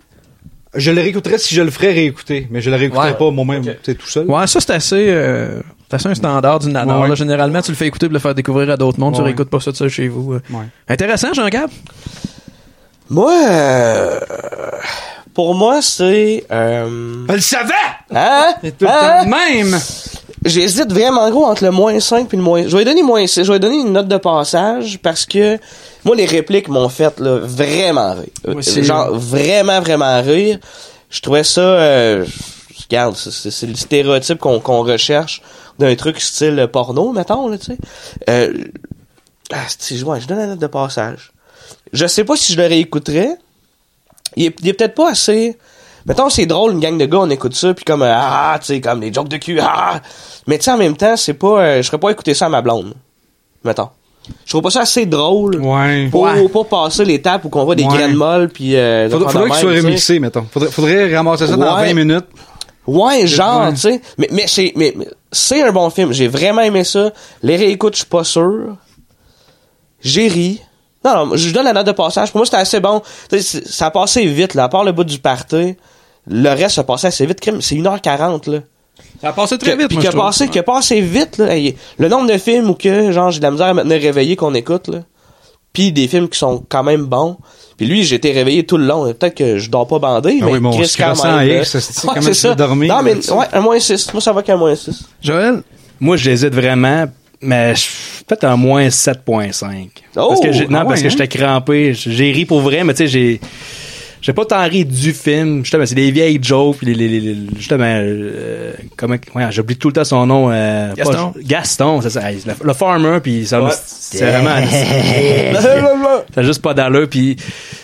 Je le réécouterais si je le ferais réécouter, mais je le réécouterais Ouais. pas moi-même, tu sais, tout seul. Ouais, ça, c'est assez, euh, c'est assez un standard du nanar. Ouais, ouais. là. Généralement, tu le fais écouter pour le faire découvrir à d'autres mondes. Tu Ouais. réécoutes pas ça de seul chez vous. euh. Intéressant, Jean-Gab? Moi, euh, pour moi, c'est. Euh... Elle savait! Hein? tout le temps même! J'hésite vraiment gros entre le moins 5 puis le moins. Je vais donner moins six. Je vais donner une note de passage parce que moi, les répliques m'ont fait là, vraiment rire. Euh, aussi. hein. Genre, vraiment, vraiment rire. Je trouvais ça. euh, je- Regarde, c'est- c'est c'est le stéréotype qu'on qu'on recherche d'un truc style porno, mettons, là, tu sais. Euh, ah, c'est- ouais, je donne la note de passage. Je sais pas si je le réécouterais. Il est, il est peut-être pas assez. Mettons, c'est drôle, une gang de gars, on écoute ça, puis comme, euh, ah, tu sais, comme les jokes de cul, ah. Mais tu sais, en même temps, c'est pas. euh, je serais pas écouté ça à ma blonde. Mettons. Je trouve pas ça assez drôle pour, pour passer l'étape où qu'on voit des Ouais. graines molles, puis. euh, des Faudrait, affaires de faudrait qu'il soit même, tu sais. remixé, mettons. Faudrait, faudrait ramasser ça dans Ouais. 20 minutes. Ouais, genre, Ouais. tu sais. Mais, mais c'est mais- mais c'est un bon film. J'ai vraiment aimé ça. Les réécoutes, je suis pas sûr. J'ai ri. Non, non, je donne la note de passage. Pour moi, c'était assez bon. Tu sais, c'est- ça a passé vite, là. À part le bout du party, le reste a passé assez vite. Crime, C'est 1h40, là. Ça a passé très Que- vite, puis moi, que je trouve. passé, que passé vite, là. Hey, Le nombre de films où que, genre, j'ai de la misère à me tenir réveillé qu'on écoute, là. Puis des films qui sont quand même bons. Puis lui, j'étais réveillé tout le long. Peut-être que je dors pas bandé, Ah mais oui, mon Chris, quand scrassant même, X, là. ça, c'est- Ouais, comment c'est tu veux ça. dormir Non, mais là-dessus? ouais, un moins 6. Moi, ça va qu'un moins 6. Joël? Moi, j'hésite vraiment, mais je- peut-être un moins 7.5. Oh! parce que j'ai- non, Ah ouais, parce que hein? j'étais crampé. J'ai ri pour vrai, mais tu sais, j'ai. J'ai pas tant ri du film. Justement, c'est des vieilles jokes. puis Les, les, les- les- justement, euh, comment. ouais, J'oublie tout le temps son nom. euh, pas- Gaston. Gaston, c'est ça. Hey, Le, le farmer, puis ça me- c'est vraiment. Ouais. Ça a juste pas d'allure, puis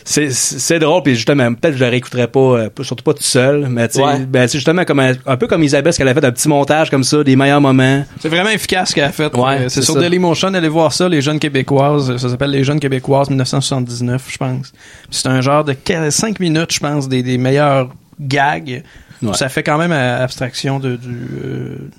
c'est- c'est c'est drôle, puis justement, peut-être je le réécouterais pas, euh, pas- surtout pas tout seul, mais tu sais, Ouais. ben, tu sais, justement, comme un, un peu comme Isabelle, ce qu'elle a fait, un petit montage comme ça, des meilleurs moments. C'est vraiment efficace ce qu'elle a fait. Ouais, Euh, c'est c'est sur ça. Dailymotion, allez voir ça, les jeunes québécoises. Ça s'appelle Les jeunes québécoises 1979, je pense. Puis C'est un genre de 5 minutes, je pense, des, des meilleurs gags. Ouais. Ça fait quand même euh, abstraction de, du, euh,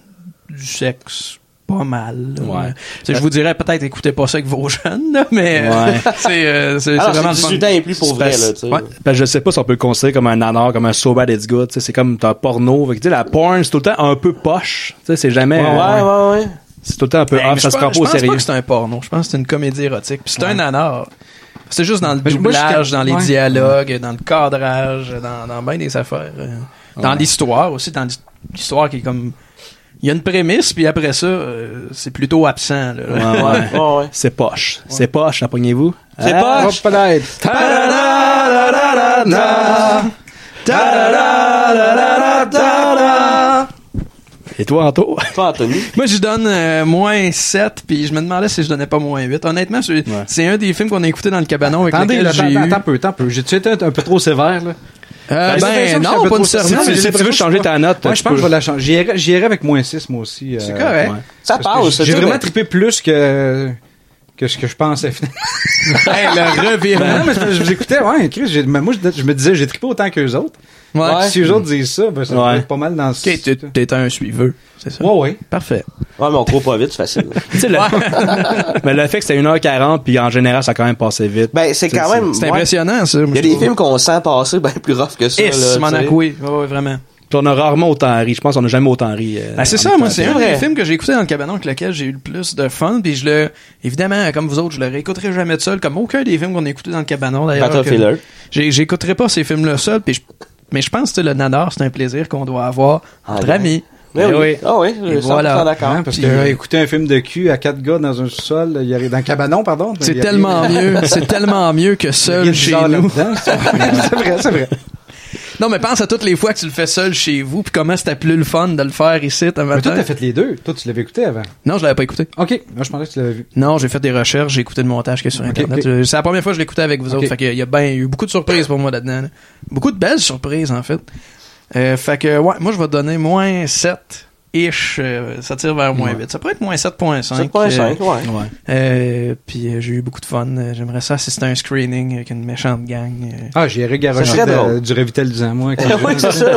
du sexe. Pas mal. là. Ouais. Tu sais, Je vous dirais peut-être écoutez pas ça avec vos jeunes, là, mais euh, Ouais. c'est euh, c'est- c'est Alors, vraiment le c'est fun. 18 ans et plus pour vrai, là, tu sais. Ouais, parce que je sais pas si on peut le considérer comme un nanar, comme un so bad it's good, tu sais, c'est comme un porno, Fait que, tu sais, la porn, c'est tout le temps un peu poche, tu sais, c'est jamais, Ouais, euh, ouais, ouais. c'est tout le temps un peu Ben, Mais off, je Ah, ça se pense- prend pas au Je pense sérieux. pas que c'est un porno. Je pense que c'est une comédie érotique. Puis c'est un nanar. C'est juste dans le Ben, moi, doublage, j'étais- dans les ouais. dialogues, dans le cadrage, dans, dans bien des affaires. euh, Dans Ouais. l'histoire aussi, dans l'histoire qui est comme... Il y a une prémisse, puis après ça, euh, c'est plutôt absent. là. Ouais, ouais. Ouais, ouais. C'est poche. C'est poche, appognez vous C'est Ah, pas. hop, peut-être. Et toi, Anto? Toi, Anthony. Moi, je donne euh, moins 7, puis je me demandais si je donnais pas moins 8. Honnêtement, je- c'est un des films qu'on a écouté dans le cabanon avec Attendez, lequel là, j'ai attends, eu... attends un peu, attends un peu. J'ai-tu été un, un peu trop sévère, là? Ah, Euh, Ben, c'est ben, ça, non, c'est pas un peu trop- nécessairement. si tu- mais si tu veux changer ta note, Ouais, tu je pense que peux. je vais la changer. J'irai- J'irai avec moins 6, moi aussi. euh, C'est correct. Ouais. Ça parce que passe, J'ai ça, vraiment mais- trippé plus que, que ce que je pensais. Hey, le Ben revirement. non, mais c'est parce que je vous écoutais, ouais, Chris, j'ai- mais moi, je, je me disais, j'ai trippé autant qu'eux autres. Ouais. Si eux autres disent ça, ben, ça Ouais. peut être pas mal dans ce. Ok, t'es- t'es un suiveux, c'est ça? Ouais, ouais. Parfait. Ouais, mais on court pas vite, c'est facile. Tu sais, le- mais le fait que c'était 1h40, puis en général, ça a quand même passé vite. Ben, c'est quand même. C'est ouais. impressionnant, ça. Il y a des films qu'on sent passer bien plus rough que ça. là, Yes, tu sais. Monaco, oui, Ouais, ouais, vraiment. Puis on a rarement autant ri. Je pense qu'on n'a jamais autant ri. euh, Ah, c'est en ça, même moi, temps. c'est un vrai. des films que j'ai écouté dans le cabanon avec lequel j'ai eu le plus de fun. Puis je le, évidemment, comme vous autres, je le réécouterai jamais de seul, comme aucun des films qu'on a écouté dans le cabanon d'ailleurs. Battlefield que- Earth. J'ai- J'écouterai pas ces films-là seul. Puis je- mais je pense que tu sais, le nanar, c'est un plaisir qu'on doit avoir entre Ah, ouais. amis. Ben Mais oui. Ah oui, Et je suis 100% d'accord. Hein, parce que Puis, euh, euh, écouter un film de cul à quatre gars dans un sous-sol, il y a- dans un cabanon, pardon. il C'est y a- tellement mieux, c'est tellement mieux que Il y a seul du chez genre nous. là-dedans, c'est vrai, c'est vrai. Non, mais pense à toutes les fois que tu le fais seul chez vous, puis comment c'était plus le fun de le faire ici, un matin. Mais toi, t'as fait les deux. Toi, tu l'avais écouté avant. Non, je l'avais pas écouté. OK. Moi, je pensais que tu l'avais vu. Non, j'ai fait des recherches, j'ai écouté le montage qui est sur Internet. ok. Euh, C'est la première fois que je l'écoutais avec vous Ok. autres. Fait qu'il y a ben, eu beaucoup de surprises pour moi là-dedans. là. Beaucoup de belles surprises, en fait. Euh, fait que, ouais, moi, je vais donner moins 7. Ish, euh, ça tire vers moins Ouais. 8. Ça pourrait être moins 7.5. 7.5, ouais. Euh, euh, puis euh, j'ai eu beaucoup de fun. Euh, J'aimerais ça assister à un screening avec une méchante gang. euh. Ah, j'ai Ça regarrogé serait de- drôle. Ah du revitalisant, moi. quand Oui, c'est j'ai- ça.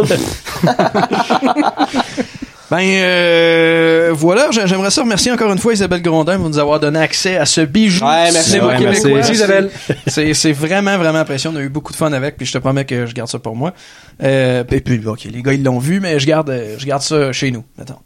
Ben euh, voilà, j'a- j'aimerais ça remercier encore une fois Isabelle Grondin pour nous avoir donné accès à ce bijou. Ouais, merci C'est beaucoup, québécois. merci. Merci, Isabelle. C'est c'est vraiment vraiment impressionnant. On a eu beaucoup de fun avec, puis je te promets que je garde ça pour moi. Euh, et puis ok, les gars ils l'ont vu, mais je garde euh, je garde ça chez nous. Attends.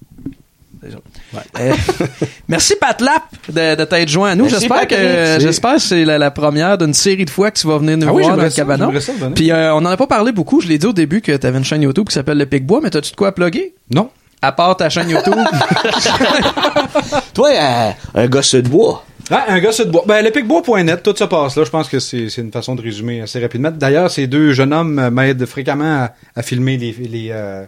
Euh, merci Pat Lap de, de t'être joint à nous. Merci, J'espère Patrick. que Merci. j'espère que c'est la, la première d'une série de fois que tu vas venir nous Ah oui, voir dans j'aimerais le ça, cabanon. j'aimerais ça venir. Puis euh, on en a pas parlé beaucoup. Je l'ai dit au début que t'avais une chaîne YouTube qui s'appelle Le Pic Bois, mais t'as-tu de quoi à plugger? Non. À part ta chaîne YouTube. Toi, euh, un gosse de bois. Ah, un gars de bois. Ben, lepicbois.net, tout ça passe là. Je pense que c'est c'est une façon de résumer assez rapidement. D'ailleurs, ces deux jeunes hommes euh, m'aident fréquemment à, à filmer les, les, euh,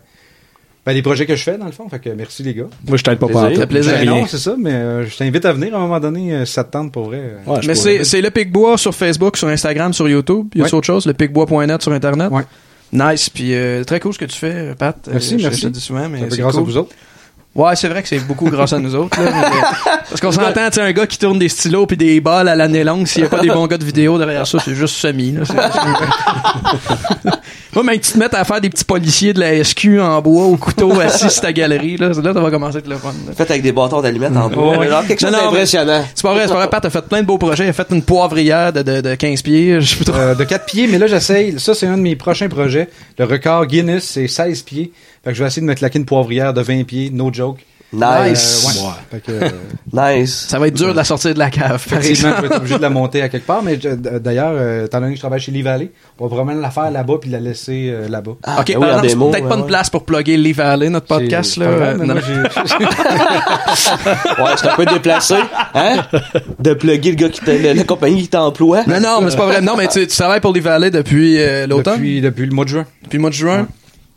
ben, les projets que je fais, dans le fond. Fait que merci, les gars. Moi, je t'aide pas Plaisir. pour Le plaisir. Ben non, c'est ça, mais euh, je t'invite à venir à un moment donné, euh, si ça te tente pour vrai. euh. mais c'est c'est Le Pic Bois sur Facebook, sur Instagram, sur YouTube. Y a Ouais. autre chose? Lepicbois.net sur Internet. Ouais. Nice. Puis euh, très cool ce que tu fais, Pat. Euh, Merci, je- merci. Je te dis souvent, mais C'est un peu c'est grâce à cool. vous autres. Ouais, c'est vrai que c'est beaucoup grâce à nous autres. là, mais, euh, parce qu'on s'entend, tu sais, un gars qui tourne des stylos puis des balles à l'année longue, s'il n'y a pas des bons gars de vidéo derrière ça, c'est juste semi. Là, c'est- c'est- Moi, même que tu te mettes à faire des petits policiers de la SQ en bois au couteau assis sur ta galerie, là, là ça va commencer à être le fun. là. Fait avec des bâtons d'allumettes en bois. Ouais. Alors, quelque chose Non, non, d'impressionnant. C'est pas vrai, c'est pas vrai. Pat a fait plein de beaux projets. Il a fait une poivrière de, de, de 15 pieds. Je sais plus trop. Euh, de 4 pieds, mais là, j'essaye. Ça, c'est un de mes prochains projets. Le record Guinness, c'est 16 pieds. Fait que je vais essayer de me claquer une poivrière de 20 pieds, no joke. Ah, Nice. Euh, ouais. Fait que, euh, Nice. Ça va être dur de la sortir de la cave, par Effectivement, je vais exemple. être obligé de la monter à quelque part, mais je- d- d'ailleurs, euh, étant donné que je travaille chez Lee Valley, on va probablement la faire là-bas puis la laisser euh, là-bas. ok, par exemple, c'est peut-être pas une place pour plugger Lee Valley, notre podcast. c'est Là. pas grave, Euh, mais non. moi, j'ai- Ouais, c'est un peu déplacé, hein? De plugger le gars qui t'a- la, la compagnie qui t'emploie. non, non, mais c'est pas vrai. Non, mais tu, tu travailles pour Lee Valley depuis euh, l'automne? Depuis, depuis le mois de juin. Depuis le mois de juin?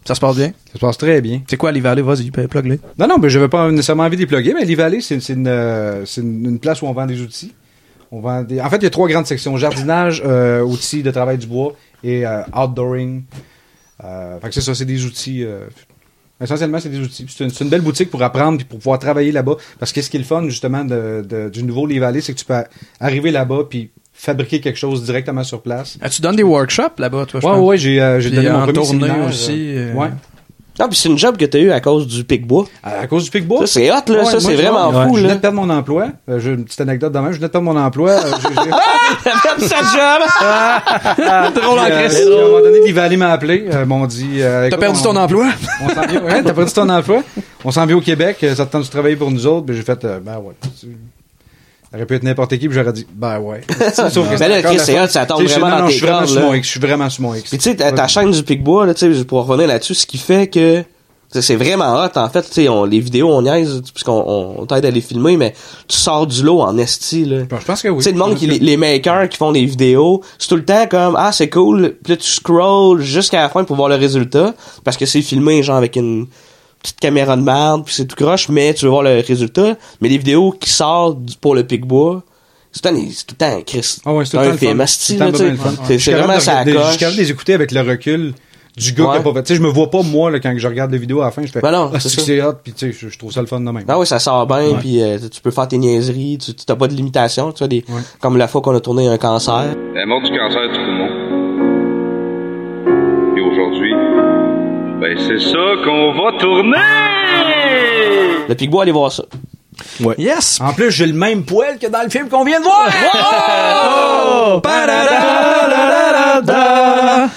Ça se passe bien? Ça se passe très bien. C'est quoi Lee Valley? Vas-y, plug-le. Non, non, mais je n'avais pas nécessairement envie de les plugger, mais Lee Valley, c'est c'est une, euh, c'est une, une place où on vend des outils. On vend des... En fait, il y a trois grandes sections. Jardinage, euh, outils de travail du bois et euh, outdooring. Euh, fait que c'est ça, c'est des outils... euh, Essentiellement, c'est des outils. Puis C'est une, c'est une belle boutique pour apprendre et pour pouvoir travailler là-bas. Parce que ce qui est le fun, justement, de- de- du nouveau Lee Valley, c'est que tu peux arriver là-bas puis fabriquer quelque chose directement sur place. Ah, tu donnes des workshops là-bas, toi, je Ouais, pense? ouais, j'ai euh, j'ai Puis donné mon en premier tournée séminaire, aussi, euh, euh, Ouais. Non, Ah, puis c'est une job que t'as eu à cause du pic-bois. À, à cause du pic-bois. Ça, c'est hot, là. Ouais, ça, moi, c'est je- vraiment ouais, fou, Je venais là. de perdre mon emploi. Euh, j'ai une petite anecdote demain. Je venais de perdre mon emploi. Euh, j'ai- j'ai- T'as perdu sa job! Ah, Drôle en Puis, euh, crise. puis À un moment donné, Livali m'a appelé. Euh, m'ont dit. euh, T'as écoute, perdu on- ton emploi? on s'en vient- ouais, t'as perdu ton emploi. On s'en vient au Québec. euh, Ça te tente de travailler pour nous autres. Puis j'ai fait. euh, ben ouais. tu- Ça aurait pu être n'importe qui. Puis j'aurais dit. Ben ouais. Sauf que Ben là, encore Chris, la c'est fois- hot, ça tombe Tu sais, je- vraiment non, non, dans tes je suis vraiment cordes, sur là. mon ex. Je suis vraiment sur mon ex. Puis tu sais, ta, ta chaîne du Pic-Bois, là, tu sais, pour revenir là-dessus, ce qui fait que tu sais, c'est vraiment hot, en fait. Tu sais, on, les vidéos, on niaise, puisqu'on on, on t'aide à les filmer, mais tu sors du lot en esti, là. Ben, Je pense que oui. Tu sais, le monde qui, les, les makers qui font des vidéos, c'est tout le temps comme, ah, c'est cool, puis là, tu scrolls jusqu'à la fin pour voir le résultat, parce que c'est filmé, genre, avec une petite caméra de merde, puis c'est tout croche, mais tu veux voir le résultat. Mais les vidéos qui sortent du- pour le Pic-Bois, c'est tout le temps, c'est tout le temps, Chris. Ah ouais, c'est tout le un temps le fun. film, C'est esti, tout le là, temps tu bien sais. le fun. C'est Je suis vraiment capable de ça regarder- Je suis coche. capable de les écouter avec le recul du gars Ouais. qui a pas fait. Tu sais, je me vois pas moi là, quand je regarde les vidéos à la fin, je fais Ben non, Ah, c'est c'est que ça. c'est hot, puis tu sais, je- je trouve ça le fun de même. Ah oui, ça sort bien, Ouais. puis euh, tu peux faire tes niaiseries, tu tu- t'as pas de limitation, tu vois, des, comme la fois qu'on a tourné un cancer. La mort du cancer du poumon. Et aujourd'hui, ben c'est ça qu'on va tourner! Le Pigbois, allez voir ça. Yes! En plus, j'ai le même poil que dans le film qu'on vient de voir! Oh! Pa-da-da-da-da-da-da.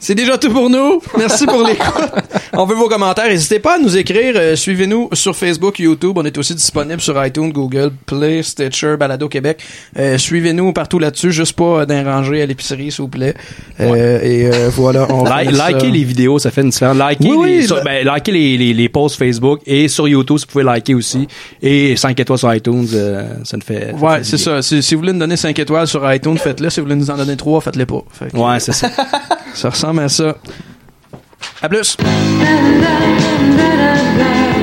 C'est déjà tout pour nous. Merci pour l'écoute. On veut vos commentaires. N'hésitez pas à nous écrire. Euh, Suivez-nous sur Facebook, YouTube. On est aussi disponible sur iTunes, Google Play, Stitcher, Balado Québec. Euh, Suivez-nous partout là-dessus. Juste pas euh, d'un rangé à l'épicerie, s'il vous plaît. Euh, Et euh, voilà. On Like- fait ça. likez les vidéos, ça fait une différence. Likez, Oui, les, oui, sur- le- ben, likez les, les- les posts Facebook et sur YouTube, si vous pouvez liker aussi. Et 5 étoiles sur iTunes, euh, ça ne fait. Ouais, c'est ça. Si, si vous voulez nous donner 5 étoiles sur iTunes, faites-le. Si vous voulez nous en donner 3, faites-le pas. Fait que- Ouais, c'est ça. ça ressemble à ça. À plus! Da da da da da.